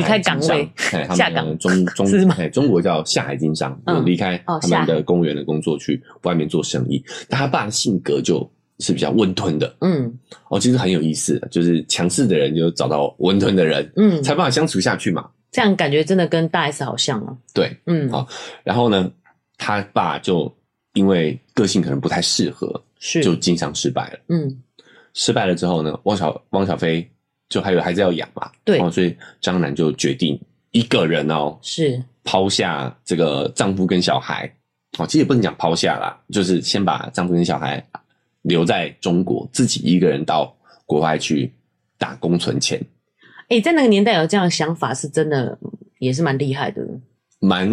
Speaker 1: 嗯
Speaker 2: 海
Speaker 1: 离开岗
Speaker 2: 经商
Speaker 1: 位
Speaker 2: 哎他
Speaker 1: 下
Speaker 2: 们
Speaker 1: 岗
Speaker 2: 的 中中
Speaker 1: 是吗
Speaker 2: 哎中国叫下海经商，就
Speaker 1: 嗯
Speaker 2: 离开
Speaker 1: 哦
Speaker 2: 他
Speaker 1: 下
Speaker 2: 们
Speaker 1: 海
Speaker 2: 的公务员的工作去外面做生意。但他爸的性格就是比较温吞的，
Speaker 1: 嗯
Speaker 2: 哦，其实很有意思的，就是强势的人就找到温吞的人，
Speaker 1: 嗯，
Speaker 2: 才办法相处下去嘛。
Speaker 1: 这样感觉真的跟大 S 好像啊，
Speaker 2: 对，
Speaker 1: 嗯，
Speaker 2: 好然后呢，他爸就因为个性可能不太适合，
Speaker 1: 是，
Speaker 2: 就经常失败了。
Speaker 1: 嗯，
Speaker 2: 失败了之后呢，汪小汪小菲就还有孩子要养嘛，
Speaker 1: 对
Speaker 2: 哦，所以张楠就决定一个人哦，
Speaker 1: 是，
Speaker 2: 抛下这个丈夫跟小孩，哦，其实也不能讲抛下啦，就是先把丈夫跟小孩留在中国，自己一个人到国外去打工存钱。
Speaker 1: 哎、在那个年代有这样的想法，是真的嗯也是蛮厉害的，
Speaker 2: 蛮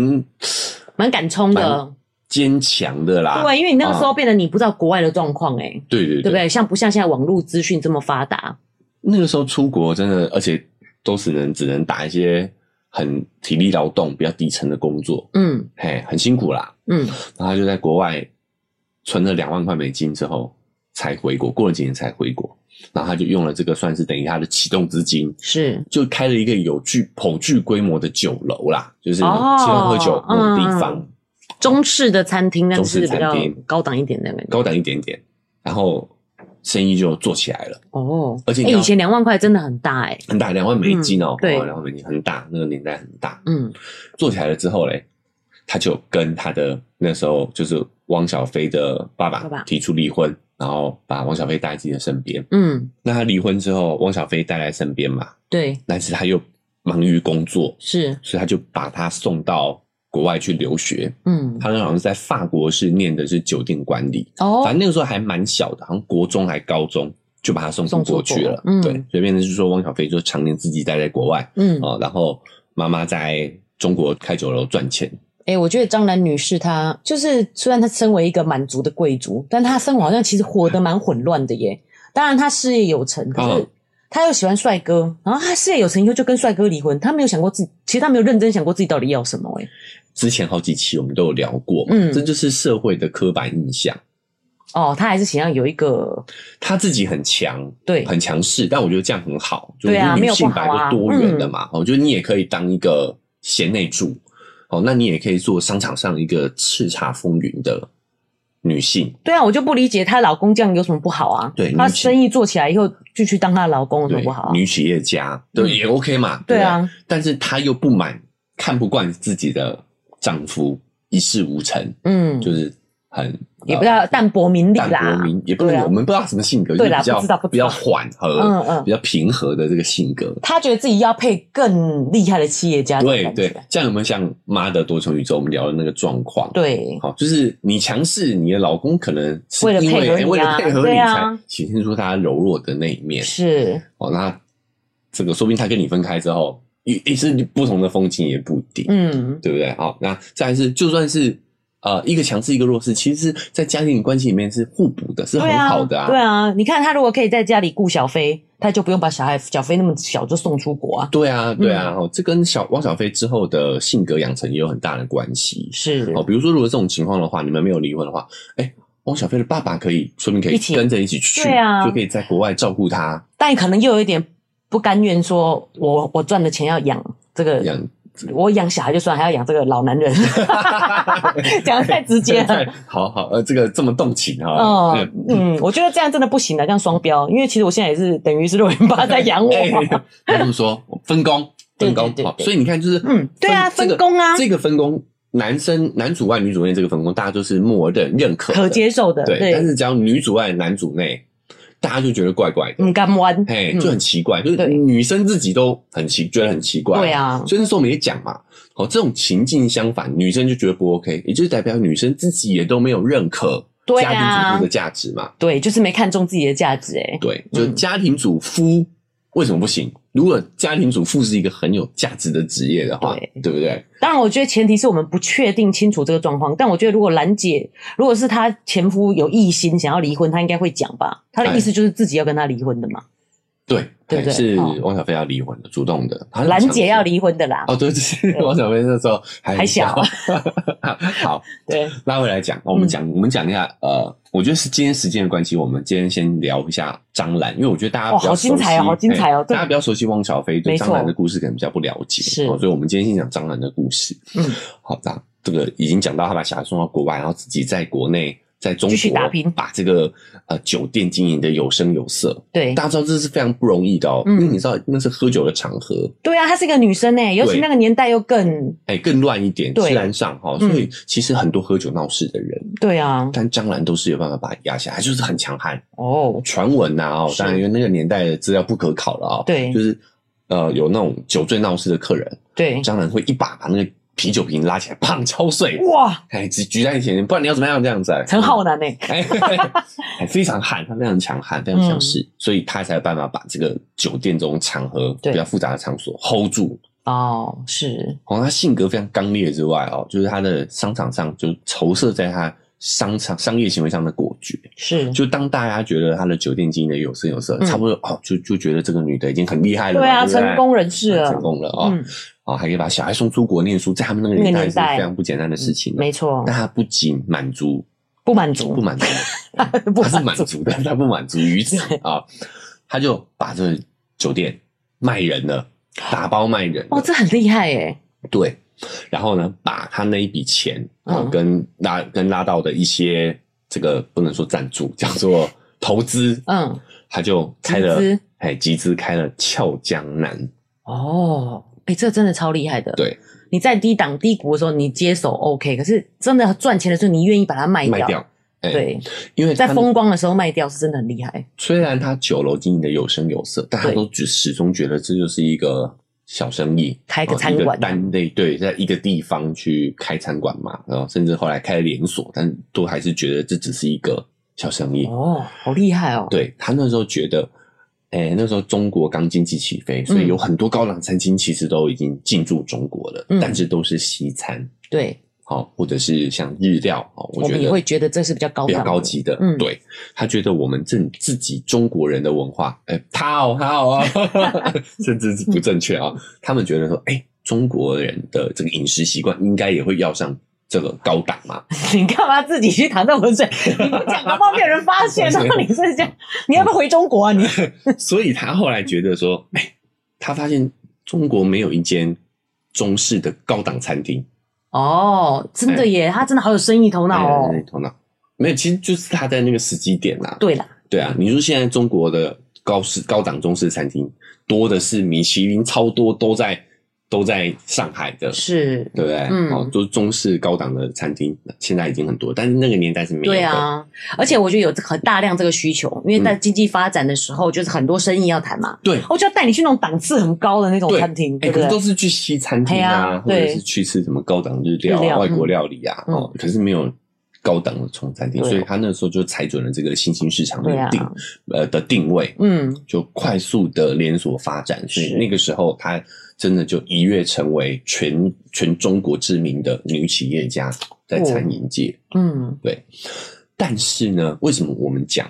Speaker 1: 蛮敢冲的，
Speaker 2: 坚强的啦。
Speaker 1: 对，因为你那个时候变得你不知道国外的状况、哎、
Speaker 2: 对啊对对
Speaker 1: 对不对？像不像现在网络资讯这么发达？
Speaker 2: 那个时候出国真的，而且都只能只能打一些很体力劳动、比较低层的工作，
Speaker 1: 嗯
Speaker 2: 嘿，很辛苦啦。
Speaker 1: 嗯，
Speaker 2: 然后他就在国外存了两万块美金之后才回国，过了几年才回国。然后他就用了这个算是等于他的启动资金，
Speaker 1: 是
Speaker 2: 就开了一个有具颇具规模的酒楼啦，就是吃
Speaker 1: 哦
Speaker 2: 饭喝酒那种地方，
Speaker 1: 嗯中式的餐厅，但是比较
Speaker 2: 中式餐厅
Speaker 1: 高档一点的感觉。
Speaker 2: 高档一点点，然后生意就做起来了。
Speaker 1: 哦，
Speaker 2: 而且你
Speaker 1: 哎
Speaker 2: 要
Speaker 1: 以前两万块真的很大哎、
Speaker 2: 很大，两万美金哦，
Speaker 1: 嗯对
Speaker 2: 哦两万美金很大，那个年代很大。
Speaker 1: 嗯，
Speaker 2: 做起来了之后嘞，他就跟他的那时候就是汪小菲的爸
Speaker 1: 爸爸
Speaker 2: 爸提出离婚，然后把汪小菲带在自己的身边。
Speaker 1: 嗯，
Speaker 2: 那他离婚之后，汪小菲带来身边嘛，
Speaker 1: 对，
Speaker 2: 但是他又忙于工作，
Speaker 1: 是，
Speaker 2: 所以他就把他送到国外去留学。
Speaker 1: 嗯，
Speaker 2: 他那好像是在法国是念的是酒店管理，反
Speaker 1: 哦，
Speaker 2: 正那个时候还蛮小的，好像国中还高中就把他送出
Speaker 1: 送出
Speaker 2: 国去
Speaker 1: 国
Speaker 2: 了。
Speaker 1: 嗯
Speaker 2: 对，所以变成是说汪小菲就常年自己待在国外。
Speaker 1: 嗯，
Speaker 2: 哦，然后妈妈在中国开酒楼赚钱，
Speaker 1: 哎、我觉得张兰女士她就是，虽然她身为一个满族的贵族，但她生活好像其实活得蛮混乱的耶。当然，她事业有成，可是
Speaker 2: 嗯
Speaker 1: 她又喜欢帅哥，然后她事业有成以后就跟帅哥离婚，她没有想过自己，其实她没有认真想过自己到底要什么哎、
Speaker 2: 之前好几期我们都有聊过嘛，
Speaker 1: 嗯
Speaker 2: 这就是社会的刻板印象。
Speaker 1: 哦，她还是想要有一个
Speaker 2: 他自己很强，
Speaker 1: 对
Speaker 2: 很强势，但我觉得这样很好，就
Speaker 1: 对啊没
Speaker 2: 是女
Speaker 1: 有不
Speaker 2: 性
Speaker 1: 好
Speaker 2: 本
Speaker 1: 啊
Speaker 2: 来就多元的嘛，哦，就是你也可以当一个贤内助，哦，那你也可以做商场上一个叱咤风云的女性，
Speaker 1: 对啊，我就不理解她老公这样有什么不好啊？
Speaker 2: 对
Speaker 1: 她
Speaker 2: 女性
Speaker 1: 生意做起来以后就去当她老公有什么
Speaker 2: 对
Speaker 1: 不好、啊？
Speaker 2: 女企业家，
Speaker 1: 嗯
Speaker 2: 对，也 OK 嘛，
Speaker 1: 对
Speaker 2: 不
Speaker 1: 啊，
Speaker 2: 但是她又不满，看不惯自己的丈夫一事无成，
Speaker 1: 嗯，
Speaker 2: 就是很
Speaker 1: 也
Speaker 2: 呃
Speaker 1: 不要淡泊名利
Speaker 2: 淡
Speaker 1: 啦
Speaker 2: 泊。名，也不能、
Speaker 1: 对啊
Speaker 2: 我们不知道什么性格，就
Speaker 1: 对
Speaker 2: 是
Speaker 1: 啦
Speaker 2: 比较
Speaker 1: 不知道不知道
Speaker 2: 比较缓和，
Speaker 1: 嗯嗯
Speaker 2: 比较平和的这个性格。
Speaker 1: 她觉得自己要配更厉害的企业家的
Speaker 2: 对
Speaker 1: 感觉，
Speaker 2: 对，这样有没有像《妈的多重宇宙》我们聊的那个状况？，
Speaker 1: 对
Speaker 2: 好，就是你强势，你的老公可能是
Speaker 1: 为了
Speaker 2: 因
Speaker 1: 配
Speaker 2: 为
Speaker 1: 合
Speaker 2: 哎
Speaker 1: 你
Speaker 2: 为
Speaker 1: 啊
Speaker 2: 了配合你
Speaker 1: 对
Speaker 2: 才
Speaker 1: 啊
Speaker 2: 显现出他柔弱的那一面。
Speaker 1: 是，
Speaker 2: 哦，那这个说不定他跟你分开之后，也也是不同的风景也不一定。
Speaker 1: 嗯，
Speaker 2: 对不对？好，那再来是，就算是呃一个强势一个弱势，其实是在家庭关系里面是互补的，是
Speaker 1: 对
Speaker 2: 很
Speaker 1: 啊，
Speaker 2: 好的啊。
Speaker 1: 对啊，你看她如果可以在家里顾小飞，她就不用把小孩小飞那么小就送出国啊。
Speaker 2: 对啊，对啊，哦，这跟小汪小菲之后的性格养成也有很大的关系。
Speaker 1: 是，
Speaker 2: 哦，比如说，如果这种情况的话，你们没有离婚的话，哎，汪小菲的爸爸可以，说明可
Speaker 1: 一
Speaker 2: 以
Speaker 1: 起
Speaker 2: 跟着一起去，
Speaker 1: 对啊
Speaker 2: 就可以在国外照顾他。
Speaker 1: 但可能又有一点不甘愿说我我赚的钱要养这个
Speaker 2: 养
Speaker 1: 我养小孩就算，还要养这个老男人， 讲的太直 接了。
Speaker 2: 好好，呃，这个这么动情啊，
Speaker 1: 啊哦，嗯，我觉得这样真的不行啊，这样双标，因为其实我现在也是等于是六零八在养我。
Speaker 2: 哎，不这么说，分工分工
Speaker 1: 对对对
Speaker 2: 好，
Speaker 1: 对
Speaker 2: 所以你看，就是
Speaker 1: 嗯对啊
Speaker 2: 这
Speaker 1: 分
Speaker 2: 个
Speaker 1: 工啊
Speaker 2: 这个分工，男生男主外女主内这个分工，大家都是默认认可的
Speaker 1: 可接受的，
Speaker 2: 对，
Speaker 1: 对，
Speaker 2: 但是只要女主外男主内，大家就觉得怪怪的，
Speaker 1: 嗯，干弯，
Speaker 2: 嘿，
Speaker 1: 嗯
Speaker 2: 就很奇怪，就是
Speaker 1: 对
Speaker 2: 女生自己都很奇，觉得很奇怪，
Speaker 1: 对啊，
Speaker 2: 所以那时候我们也讲嘛，哦，这种情境相反，女生就觉得不 OK，也就是代表女生自己也都没有认可
Speaker 1: 对
Speaker 2: 家庭
Speaker 1: 啊
Speaker 2: 主妇的价值嘛。
Speaker 1: 对，就是没看重自己的价值，哎，
Speaker 2: 对，就家庭主夫为什么不行？如果家庭主妇是一个很有价值的职业的话，
Speaker 1: 对
Speaker 2: 对不对？
Speaker 1: 当然，我觉得前提是我们不确定清楚这个状况，但我觉得如果兰姐，如果是她前夫有异心想要离婚，她应该会讲吧，她
Speaker 2: 哎
Speaker 1: 的意思就是自己要跟他离婚的嘛，
Speaker 2: 对，哎
Speaker 1: 对不对
Speaker 2: 是
Speaker 1: 哦
Speaker 2: 汪小菲要离婚的，主动的，她很
Speaker 1: 兰
Speaker 2: 强
Speaker 1: 姐
Speaker 2: 势
Speaker 1: 要。离婚的啦，
Speaker 2: 哦，对，就是
Speaker 1: 对
Speaker 2: 汪小菲那时候还
Speaker 1: 还小
Speaker 2: 好，
Speaker 1: 对，
Speaker 2: 拉回来讲，
Speaker 1: 嗯
Speaker 2: 哦我们讲、我们讲一下，呃，我觉得是今天时间的关系，我们今天先聊一下张兰，因为我觉得大家比
Speaker 1: 哦
Speaker 2: 较
Speaker 1: 好
Speaker 2: 熟悉
Speaker 1: 精彩哦好精彩哦
Speaker 2: 哎
Speaker 1: 对
Speaker 2: 大家比较熟悉汪小菲，对
Speaker 1: 没错
Speaker 2: 张兰的故事可能比较不了解，
Speaker 1: 是
Speaker 2: 哦所以我们今天先讲张兰的故事。
Speaker 1: 嗯，
Speaker 2: 好，那这个已经讲到他把小孩送到国外，然后自己在国内。在中
Speaker 1: 继续
Speaker 2: 国
Speaker 1: 打拼
Speaker 2: 把这个呃酒店经营的有声有色，
Speaker 1: 对，
Speaker 2: 大家知道这是非常不容易的哦，
Speaker 1: 嗯
Speaker 2: 因为你知道那是喝酒的场合，
Speaker 1: 对啊，她是一个女生哎，尤其
Speaker 2: 对
Speaker 1: 那个年代又更，
Speaker 2: 哎、更乱一点，
Speaker 1: 对嗯
Speaker 2: 治安上哈、哦，所以其实很多喝酒闹事的人，
Speaker 1: 对啊，
Speaker 2: 但张兰都是有办法把他压下，他就是很强悍。
Speaker 1: 哦，
Speaker 2: 传闻呐，哦，
Speaker 1: 是
Speaker 2: 当然因为那个年代的资料不可考了啊、哦，
Speaker 1: 对
Speaker 2: 就是呃有那种酒醉闹事的客人，
Speaker 1: 对，
Speaker 2: 张兰会一把把那个啤酒瓶拉起来，砰 敲碎，
Speaker 1: 哇，
Speaker 2: 哎，举举在你前面，不然你要怎么样这样子、啊？
Speaker 1: 陈 浩南哎，
Speaker 2: 哎，哎，非常悍，他非常强悍，非常强势，所以他才有办法把这个酒店这种场合
Speaker 1: 对
Speaker 2: 比较复杂的场所 hold 住。
Speaker 1: 哦，是，
Speaker 2: 哦，他性格非常刚烈之外哦，就是他的商场上就投射在他商场商业行为上的果决。
Speaker 1: 是，
Speaker 2: 就当大家觉得他的酒店经营的有声有色，
Speaker 1: 嗯
Speaker 2: 差不多哦，就就觉得这个女的已经很厉害了嘛，
Speaker 1: 对啊，
Speaker 2: 不对
Speaker 1: 成功人士了
Speaker 2: 成，功了哦，
Speaker 1: 嗯，
Speaker 2: 啊，还可以把小孩送出国念书，在他们那个年
Speaker 1: 那
Speaker 2: 代
Speaker 1: 个
Speaker 2: 是
Speaker 1: 年代嗯
Speaker 2: 非常不简单的事情。
Speaker 1: 没错
Speaker 2: 但，他不仅满足，
Speaker 1: 不满足
Speaker 2: 不，满足，
Speaker 1: 不
Speaker 2: 他是
Speaker 1: 满
Speaker 2: 满
Speaker 1: 足，
Speaker 2: 足的，他不满足于此啊，他就把这个酒店卖人了，打包卖人了
Speaker 1: 哦，这很厉害哎，
Speaker 2: 对，然后呢，把他那一笔钱，
Speaker 1: 嗯
Speaker 2: 嗯，跟拉跟拉到的一些这个不能说赞助，叫做投资，
Speaker 1: 嗯，
Speaker 2: 他就开了
Speaker 1: 集资，
Speaker 2: 哎，集资开了俏江南，
Speaker 1: 哦，哎、这真的超厉害的。
Speaker 2: 对，
Speaker 1: 你在低档低谷的时候，你接手 OK，可是真的赚钱的时候，你愿意把它卖掉。
Speaker 2: 卖掉，哎，，
Speaker 1: 对，
Speaker 2: 因为他
Speaker 1: 在风光的时候卖掉是真的很厉害。
Speaker 2: 虽然他酒楼经营的有声有色，但他
Speaker 1: 对
Speaker 2: 都只始终觉得这就是一个。小生意，
Speaker 1: 开个
Speaker 2: 哦
Speaker 1: 餐馆
Speaker 2: 一个单类对，在一个地方去开餐馆嘛，然后甚至后来开了连锁，但都还是觉得这只是一个小生意。
Speaker 1: 哦，好厉害哦。
Speaker 2: 对他那时候觉得，哎、那时候中国刚经济起飞，
Speaker 1: 嗯
Speaker 2: 所以有很多高档餐厅其实都已经进驻中国了，
Speaker 1: 嗯
Speaker 2: 但是都是西餐，
Speaker 1: 对，
Speaker 2: 好、或者是像日料，哦，
Speaker 1: 我
Speaker 2: 觉
Speaker 1: 们也
Speaker 2: 得
Speaker 1: 会觉得这是比较高
Speaker 2: 比较
Speaker 1: 档的
Speaker 2: 高级的。
Speaker 1: 嗯
Speaker 2: 对他觉得我们正自己中国人的文化，哎、他哦，他 哦，甚至是不正确啊、
Speaker 1: 嗯
Speaker 2: 他们觉得说，哎、中国人的这个饮食习惯应该也会要上这个高档 嘛，
Speaker 1: 你干嘛自己去淌这浑水？你不讲，搞不好被人发 现，然后你是这样，你要不要回中国啊？你
Speaker 2: 所以他后来觉得说，哎、他发现中国没有一间中式的高档餐厅，
Speaker 1: 哦，真的耶，他真的好有生意头脑哦。
Speaker 2: 哎头脑没有，其实就是他在那个时机点啦、
Speaker 1: 对啦，
Speaker 2: 对
Speaker 1: 嗯
Speaker 2: 啊，你说现在中国的高式高档中式餐厅多的是米其林，超多都在都在上海的。
Speaker 1: 是，
Speaker 2: 对不对？
Speaker 1: 嗯
Speaker 2: 哦，就是中式高档的餐厅，现在已经很多，但是那个年代是没有的。
Speaker 1: 对啊，而且我觉得有这很大量这个需求，因为在经济发展的时候，就是很多生意要谈嘛。
Speaker 2: 嗯
Speaker 1: 哦
Speaker 2: 对，
Speaker 1: 我就要带你去那种档次很高的那种
Speaker 2: 对
Speaker 1: 餐厅，
Speaker 2: 哎、
Speaker 1: 对不
Speaker 2: 可是都
Speaker 1: 对？
Speaker 2: 是去西餐厅
Speaker 1: 嘿
Speaker 2: 啊，
Speaker 1: 啊
Speaker 2: 或者
Speaker 1: 对
Speaker 2: 是去吃什么高档日料、
Speaker 1: 日料
Speaker 2: 啊、外国
Speaker 1: 嗯
Speaker 2: 料理啊，
Speaker 1: 嗯
Speaker 2: 哦，可是没有高档的中餐厅，
Speaker 1: 对啊
Speaker 2: 所以他那时候就踩准了这个新兴市场的
Speaker 1: 对啊
Speaker 2: 定、呃的定位，
Speaker 1: 嗯，
Speaker 2: 就快速的连锁发展，所以
Speaker 1: 是
Speaker 2: 那个时候他真的就一跃成为全全中国知名的女企业家，在餐饮界。
Speaker 1: 嗯，
Speaker 2: 但是呢，为什么我们讲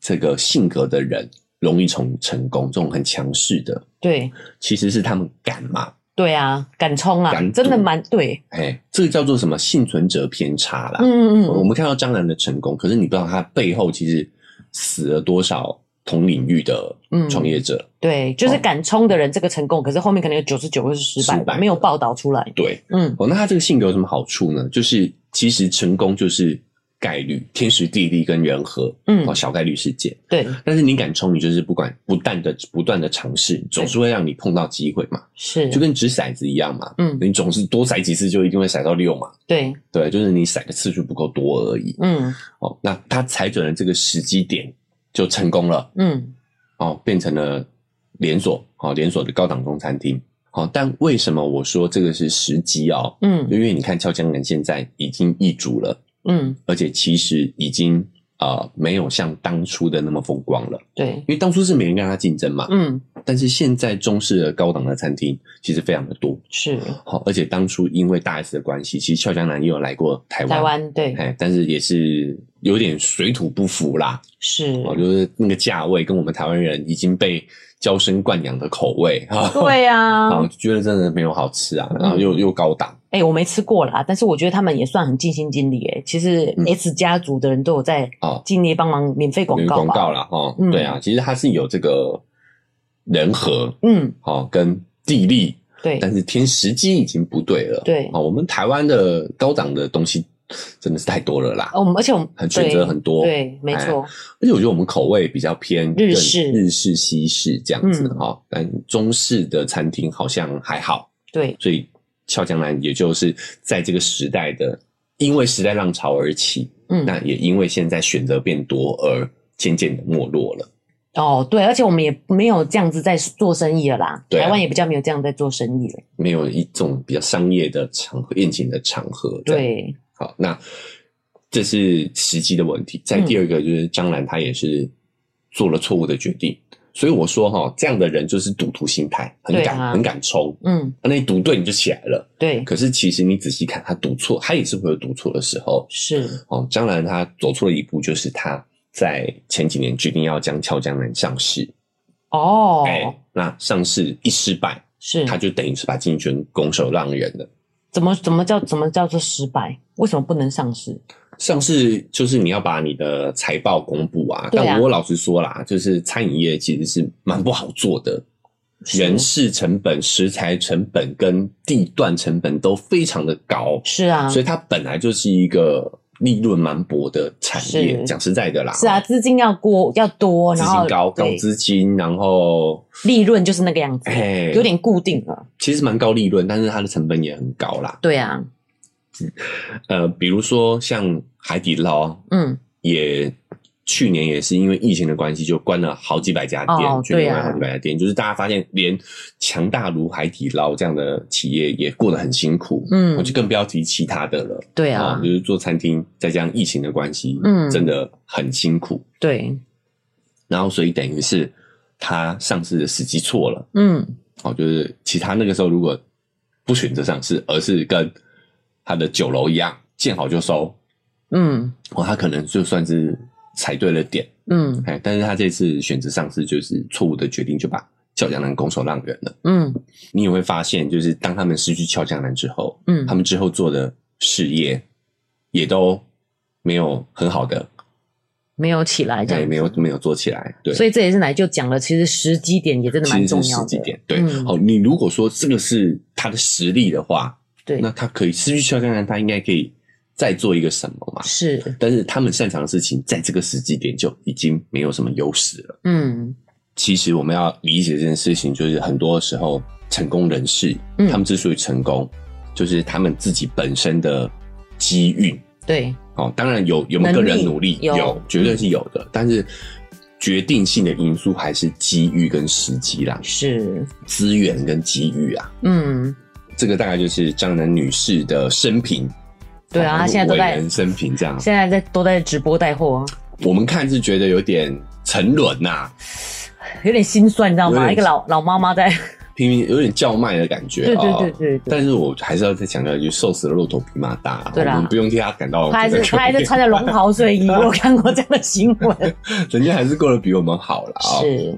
Speaker 2: 这个性格的人容易从成功这种很强势的，
Speaker 1: 对
Speaker 2: 其实是他们敢嘛？
Speaker 1: 对啊，敢冲啊
Speaker 2: 敢，赌
Speaker 1: 真的蛮对，
Speaker 2: 哎，这个叫做什么幸存者偏差啦。
Speaker 1: 嗯嗯
Speaker 2: 啊我
Speaker 1: 嗯，
Speaker 2: 们看到张兰的成功，可是你不知道她背后其实死了多少同领域的
Speaker 1: 嗯
Speaker 2: 创业者。
Speaker 1: 对，就是敢冲的人，这个成功，可是后面可能有九十九个是失败
Speaker 2: 哦失败
Speaker 1: 的，
Speaker 2: 的
Speaker 1: 没有报道出来。
Speaker 2: 对，
Speaker 1: 嗯，
Speaker 2: 哦，那他这个性格有什么好处呢？就是其实成功就是概率，天时地利跟人和，
Speaker 1: 嗯
Speaker 2: 哦，小概率事件。
Speaker 1: 对，
Speaker 2: 但是你敢冲，你就是不管不断的不断的尝试，总是会让你碰到机会嘛，
Speaker 1: 是
Speaker 2: 就，跟掷骰子一样嘛，
Speaker 1: 嗯，
Speaker 2: 你总是多骰几次就一定会骰到六嘛，
Speaker 1: 对，
Speaker 2: 对，就是你骰的次数不够多而已。
Speaker 1: 嗯
Speaker 2: 哦，那他踩准了这个时机点就成功了，
Speaker 1: 嗯，
Speaker 2: 哦，变成了连锁，哦，连锁的高档中餐厅。哦，但为什么我说这个是时机哦？
Speaker 1: 嗯
Speaker 2: 因为你看俏江南现在已经易主了，
Speaker 1: 嗯，
Speaker 2: 而且其实已经呃没有像当初的那么风光了，
Speaker 1: 对，
Speaker 2: 因为当初是没人跟他竞争嘛，
Speaker 1: 嗯
Speaker 2: 但是现在中式的高档的餐厅其实非常的多，
Speaker 1: 是
Speaker 2: 好，而且当初因为大 S 的关系，其实俏江南也有来过台湾，
Speaker 1: 台湾对
Speaker 2: 哎，但是也是有点水土不服啦，
Speaker 1: 是，
Speaker 2: 哦，就是那个价位跟我们台湾人已经被娇生惯养的口味哈，
Speaker 1: 对呀
Speaker 2: 啊，，觉得真的没有好吃啊，然后又又高档。
Speaker 1: 哎，我没吃过啦，但是我觉得他们也算很尽心尽力哎。其实
Speaker 2: 嗯
Speaker 1: S 家族的人都有在
Speaker 2: 哦
Speaker 1: 尽力帮忙免费广
Speaker 2: 有
Speaker 1: 告
Speaker 2: 广
Speaker 1: 吧？
Speaker 2: 告啦，哦，
Speaker 1: 嗯
Speaker 2: 对啊，其实它是有这个人和
Speaker 1: 嗯，
Speaker 2: 哦跟地利，
Speaker 1: 对，
Speaker 2: 但是天时机已经不对了。
Speaker 1: 对
Speaker 2: 哦，我们台湾的高档的东西真的是太多了啦，
Speaker 1: 哦我们而且我们
Speaker 2: 很选择很多。哎
Speaker 1: 对，对没错，
Speaker 2: 而且我觉得我们口味比较偏
Speaker 1: 日
Speaker 2: 更
Speaker 1: 式
Speaker 2: 日式、西式这样子
Speaker 1: 嗯
Speaker 2: 哈、哦，但中式的餐厅好像还好，
Speaker 1: 对，
Speaker 2: 所以俏江南也就是在这个时代的，因为时代浪潮而起，
Speaker 1: 嗯，
Speaker 2: 那也因为现在选择变多而渐渐的没落了。
Speaker 1: 哦，对，而且我们也没有这样子在做生意了啦，
Speaker 2: 对啊
Speaker 1: 台湾也比较没有这样在做生意了。
Speaker 2: 没有一种比较商业的场合、宴请的场合。，
Speaker 1: 对，
Speaker 2: 好，那这是时机的问题。再第二个就是张兰，她也是做了错误的决定，所以我说哈、这样的人就是赌徒心态，很
Speaker 1: 对
Speaker 2: 敢、
Speaker 1: 啊
Speaker 2: 很敢冲，
Speaker 1: 嗯，
Speaker 2: 那你赌对你就起来了。
Speaker 1: 对，
Speaker 2: 可是其实你仔细看，他赌错，他也是会有赌错的时候。
Speaker 1: 是，
Speaker 2: 哦，张兰她走错了一步，就是她在前几年决定要将俏江南上市，
Speaker 1: 哦，
Speaker 2: 哎那上市一失败，
Speaker 1: 是，
Speaker 2: 她就等于是把经营权拱手让人了。
Speaker 1: 怎么怎么叫怎么叫做失败？为什么不能上市？
Speaker 2: 上市就是你要把你的财报公布啊，
Speaker 1: 对啊
Speaker 2: 但我老实说啦，就是餐饮业其实是蛮不好做的，
Speaker 1: 是
Speaker 2: 人事成本、食材成本跟地段成本都非常的高，
Speaker 1: 是啊，
Speaker 2: 所以它本来就是一个利润蛮薄的产业。
Speaker 1: 是
Speaker 2: 讲实在的啦，
Speaker 1: 是啊，，资金要过要多，
Speaker 2: 资
Speaker 1: 然
Speaker 2: 金
Speaker 1: 后
Speaker 2: 高，高
Speaker 1: 对
Speaker 2: 资金，然后
Speaker 1: 利润就是那个样子，
Speaker 2: 哎，
Speaker 1: 有点固定了。
Speaker 2: 其实蛮高利润，但是它的成本也很高啦。
Speaker 1: 对啊，
Speaker 2: 呃，比如说像海底捞，
Speaker 1: 嗯，
Speaker 2: 也去年也是因为疫情的关系，就关了好几百家店，
Speaker 1: 哦
Speaker 2: 全
Speaker 1: 对啊
Speaker 2: 国关了好几百家店。就是大家发现，连强大如海底捞这样的企业也过得很辛苦，
Speaker 1: 嗯
Speaker 2: 我就更不要提其他的了。
Speaker 1: 对
Speaker 2: 啊
Speaker 1: 啊，
Speaker 2: 就是做餐厅，再加上疫情的关系，
Speaker 1: 嗯
Speaker 2: 真的很辛苦。
Speaker 1: 对，
Speaker 2: 然后，所以等于是他上市的时机错了。
Speaker 1: 嗯，
Speaker 2: 哦，就是其他那个时候如果不选择上市，而是跟他的酒楼一样见好就收，
Speaker 1: 嗯，
Speaker 2: 哦，他可能就算是踩对了点。
Speaker 1: 嗯，
Speaker 2: 哎，但是他这次选择上市就是错误的决定，就把俏江南拱手让人了。
Speaker 1: 嗯，
Speaker 2: 你也会发现，就是当他们失去俏江南之后，
Speaker 1: 嗯
Speaker 2: 他，们之后做的事业也都没有很好的，
Speaker 1: 没有起来这
Speaker 2: 哎，
Speaker 1: 样，
Speaker 2: 没有没有做起来。对，
Speaker 1: 所以这也是奶就讲了，其实时机点也真的
Speaker 2: 其
Speaker 1: 蛮
Speaker 2: 实
Speaker 1: 重
Speaker 2: 是
Speaker 1: 要
Speaker 2: 时
Speaker 1: 的
Speaker 2: 机。点。对，
Speaker 1: 嗯
Speaker 2: 好，你如果说这个是他的实力的话，
Speaker 1: 对，
Speaker 2: 那他可以失去俏江南，他应该可以再做一个什么嘛？
Speaker 1: 是，
Speaker 2: 但是他们擅长的事情，在这个时机点就已经没有什么优势了。
Speaker 1: 嗯，
Speaker 2: 其实我们要理解这件事情，就是很多时候成功人士，
Speaker 1: 嗯
Speaker 2: 他们之所以成功，就是他们自己本身的机遇。
Speaker 1: 对，
Speaker 2: 哦，当然有有没有
Speaker 1: 能
Speaker 2: 个
Speaker 1: 力
Speaker 2: 人努力，
Speaker 1: 有
Speaker 2: 绝对是有的，但是决定性的因素还是机遇跟时机啦，
Speaker 1: 是，
Speaker 2: 资源跟机遇啊，
Speaker 1: 嗯，
Speaker 2: 这个大概就是张楠女士的生平。
Speaker 1: 对啊
Speaker 2: 哦
Speaker 1: 她现在都
Speaker 2: 伟
Speaker 1: 在
Speaker 2: 人生平这样，
Speaker 1: 现在在都在直播带货，
Speaker 2: 我们看是觉得有点沉沦呐、
Speaker 1: 有点心酸，你知道
Speaker 2: 有
Speaker 1: 吗？
Speaker 2: 点
Speaker 1: 一个老老妈妈在，
Speaker 2: 拼命有点叫卖的感 觉。
Speaker 1: 对对
Speaker 2: 哦
Speaker 1: 对对对。
Speaker 2: 但是我还是要再强调一句，瘦死的骆驼比马大，
Speaker 1: 对啦
Speaker 2: 我们不用替他感到
Speaker 1: 她还
Speaker 2: 这
Speaker 1: 是
Speaker 2: 个
Speaker 1: 她还是穿着龙袍睡衣，我有看过这样的新闻。
Speaker 2: 人家还是过得比我们好啦。啊、
Speaker 1: 是，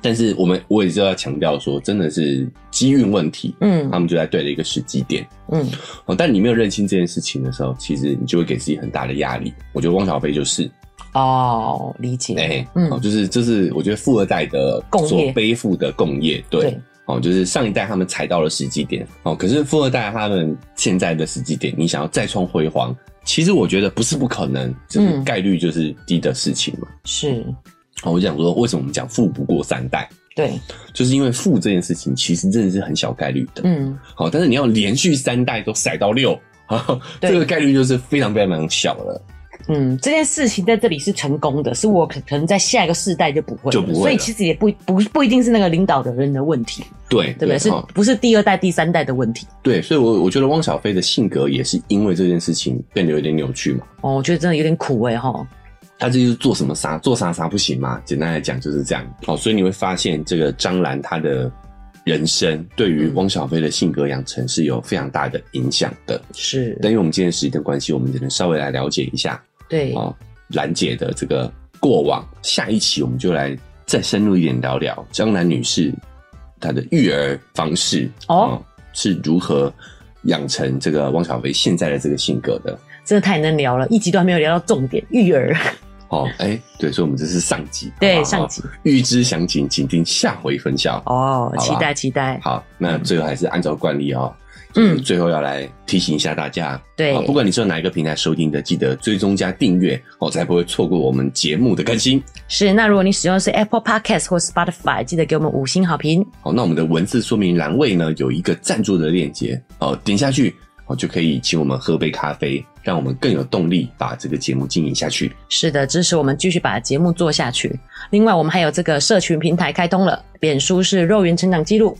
Speaker 2: 但是我们我也是要强调说，真的是机运问题，
Speaker 1: 嗯
Speaker 2: 他们就在对的一个时机点。
Speaker 1: 嗯，
Speaker 2: 哦，但你没有认清这件事情的时候，其实你就会给自己很大的压力。我觉得汪小菲就是，
Speaker 1: 哦，理解。
Speaker 2: 哎，
Speaker 1: 嗯
Speaker 2: 哦，就是这是我觉得富二代的
Speaker 1: 共业
Speaker 2: 所背负的共业，对
Speaker 1: 对，
Speaker 2: 哦，就是上一代他们踩到了时机点，哦，可是富二代他们现在的时机点，你想要再创辉煌，其实我觉得不是不可能，就是
Speaker 1: 嗯
Speaker 2: 概率就是低的事情嘛。
Speaker 1: 是，
Speaker 2: 哦，我想说，为什么我们讲富不过三代，
Speaker 1: 对，
Speaker 2: 就是因为富这件事情其实真的是很小概率的，
Speaker 1: 嗯，
Speaker 2: 好、但是你要连续三代都甩到六，
Speaker 1: 对
Speaker 2: 这个概率就是非常非常小了。
Speaker 1: 嗯，这件事情在这里是成功的，是我可可能在下一个世代就不会了，
Speaker 2: 就不会了
Speaker 1: 所以其实也不不不一定是那个领导的人的问题，
Speaker 2: 对，
Speaker 1: 对不对？是
Speaker 2: 哦
Speaker 1: 不是第二代、第三代的问题？
Speaker 2: 对，所以我我觉得汪小菲的性格也是因为这件事情变得有点扭曲嘛。
Speaker 1: 哦，我觉得真的有点苦哎、哈，
Speaker 2: 他这就是做什么啥做啥啥不行嘛，简单来讲就是这样。哦，所以你会发现这个张兰她的人生对于
Speaker 1: 嗯
Speaker 2: 汪小菲的性格养成是有非常大的影响的。
Speaker 1: 是，
Speaker 2: 但因为我们今天时间的关系，我们只能稍微来了解一下
Speaker 1: 对，
Speaker 2: 哦兰姐的这个过往。下一期我们就来再深入一点聊聊张兰女士她的育儿方式
Speaker 1: 哦
Speaker 2: 是如何养成这个汪小菲现在的这个性格的。
Speaker 1: 真的太能聊了，一集都还没有聊到重点，育儿，
Speaker 2: 哦，哎、对，所以我们这是上集，好
Speaker 1: 对，
Speaker 2: 不好
Speaker 1: 上集
Speaker 2: 预知详情，请听下回分享。
Speaker 1: 哦
Speaker 2: 吧，
Speaker 1: 期待期待，
Speaker 2: 好，那最后还是按照惯例哦，
Speaker 1: 嗯
Speaker 2: 就是最后要来提醒一下大家，
Speaker 1: 对
Speaker 2: 啊不管你是用哪一个平台收听的，记得追踪加订阅哦，才不会错过我们节目的更新。
Speaker 1: 是。那如果你使用的是 Apple Podcast 或 Spotify，记得给我们五星好评。
Speaker 2: 好，那我们的文字说明栏位呢有一个赞助的链接哦，点下去哦就可以请我们喝杯咖啡，让我们更有动力把这个节目经营下去。
Speaker 1: 是的，支持我们继续把节目做下去。另外，我们还有这个社群平台开通了，脸书是肉圆成长记录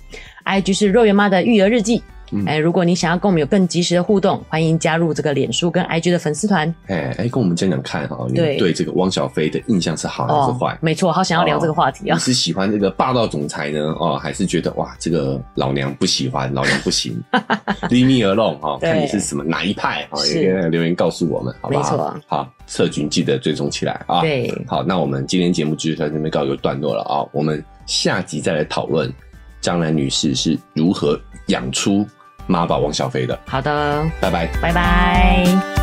Speaker 1: ，IG 是肉圆妈的育儿日记。
Speaker 2: 嗯
Speaker 1: 哎，如果你想要跟我们有更及时的互动，欢迎加入这个脸书跟 IG 的粉丝团
Speaker 2: 哎哎，跟我们讲讲看哈、哦，你
Speaker 1: 对哦
Speaker 2: 对这个汪小菲的印象是好还是坏？
Speaker 1: 没错，好想要聊这个话题
Speaker 2: 你
Speaker 1: 啊！
Speaker 2: 是喜欢这个霸道总裁呢，哦，还是觉得哇，这个老娘不喜欢，老娘 不行，Leave me alone 哈、哦，
Speaker 1: 对
Speaker 2: 看你是什么哪一派啊，哦
Speaker 1: 是
Speaker 2: 也可以留言告诉我们，好不好？
Speaker 1: 没错
Speaker 2: 好，社群记得追踪起来啊。
Speaker 1: 对
Speaker 2: 好，那我们今天节目就到这边告一个段落了啊、我们下集再来讨论张兰女士是如何养出妈宝王小飞的，
Speaker 1: 好的，
Speaker 2: 拜拜。
Speaker 1: 拜拜。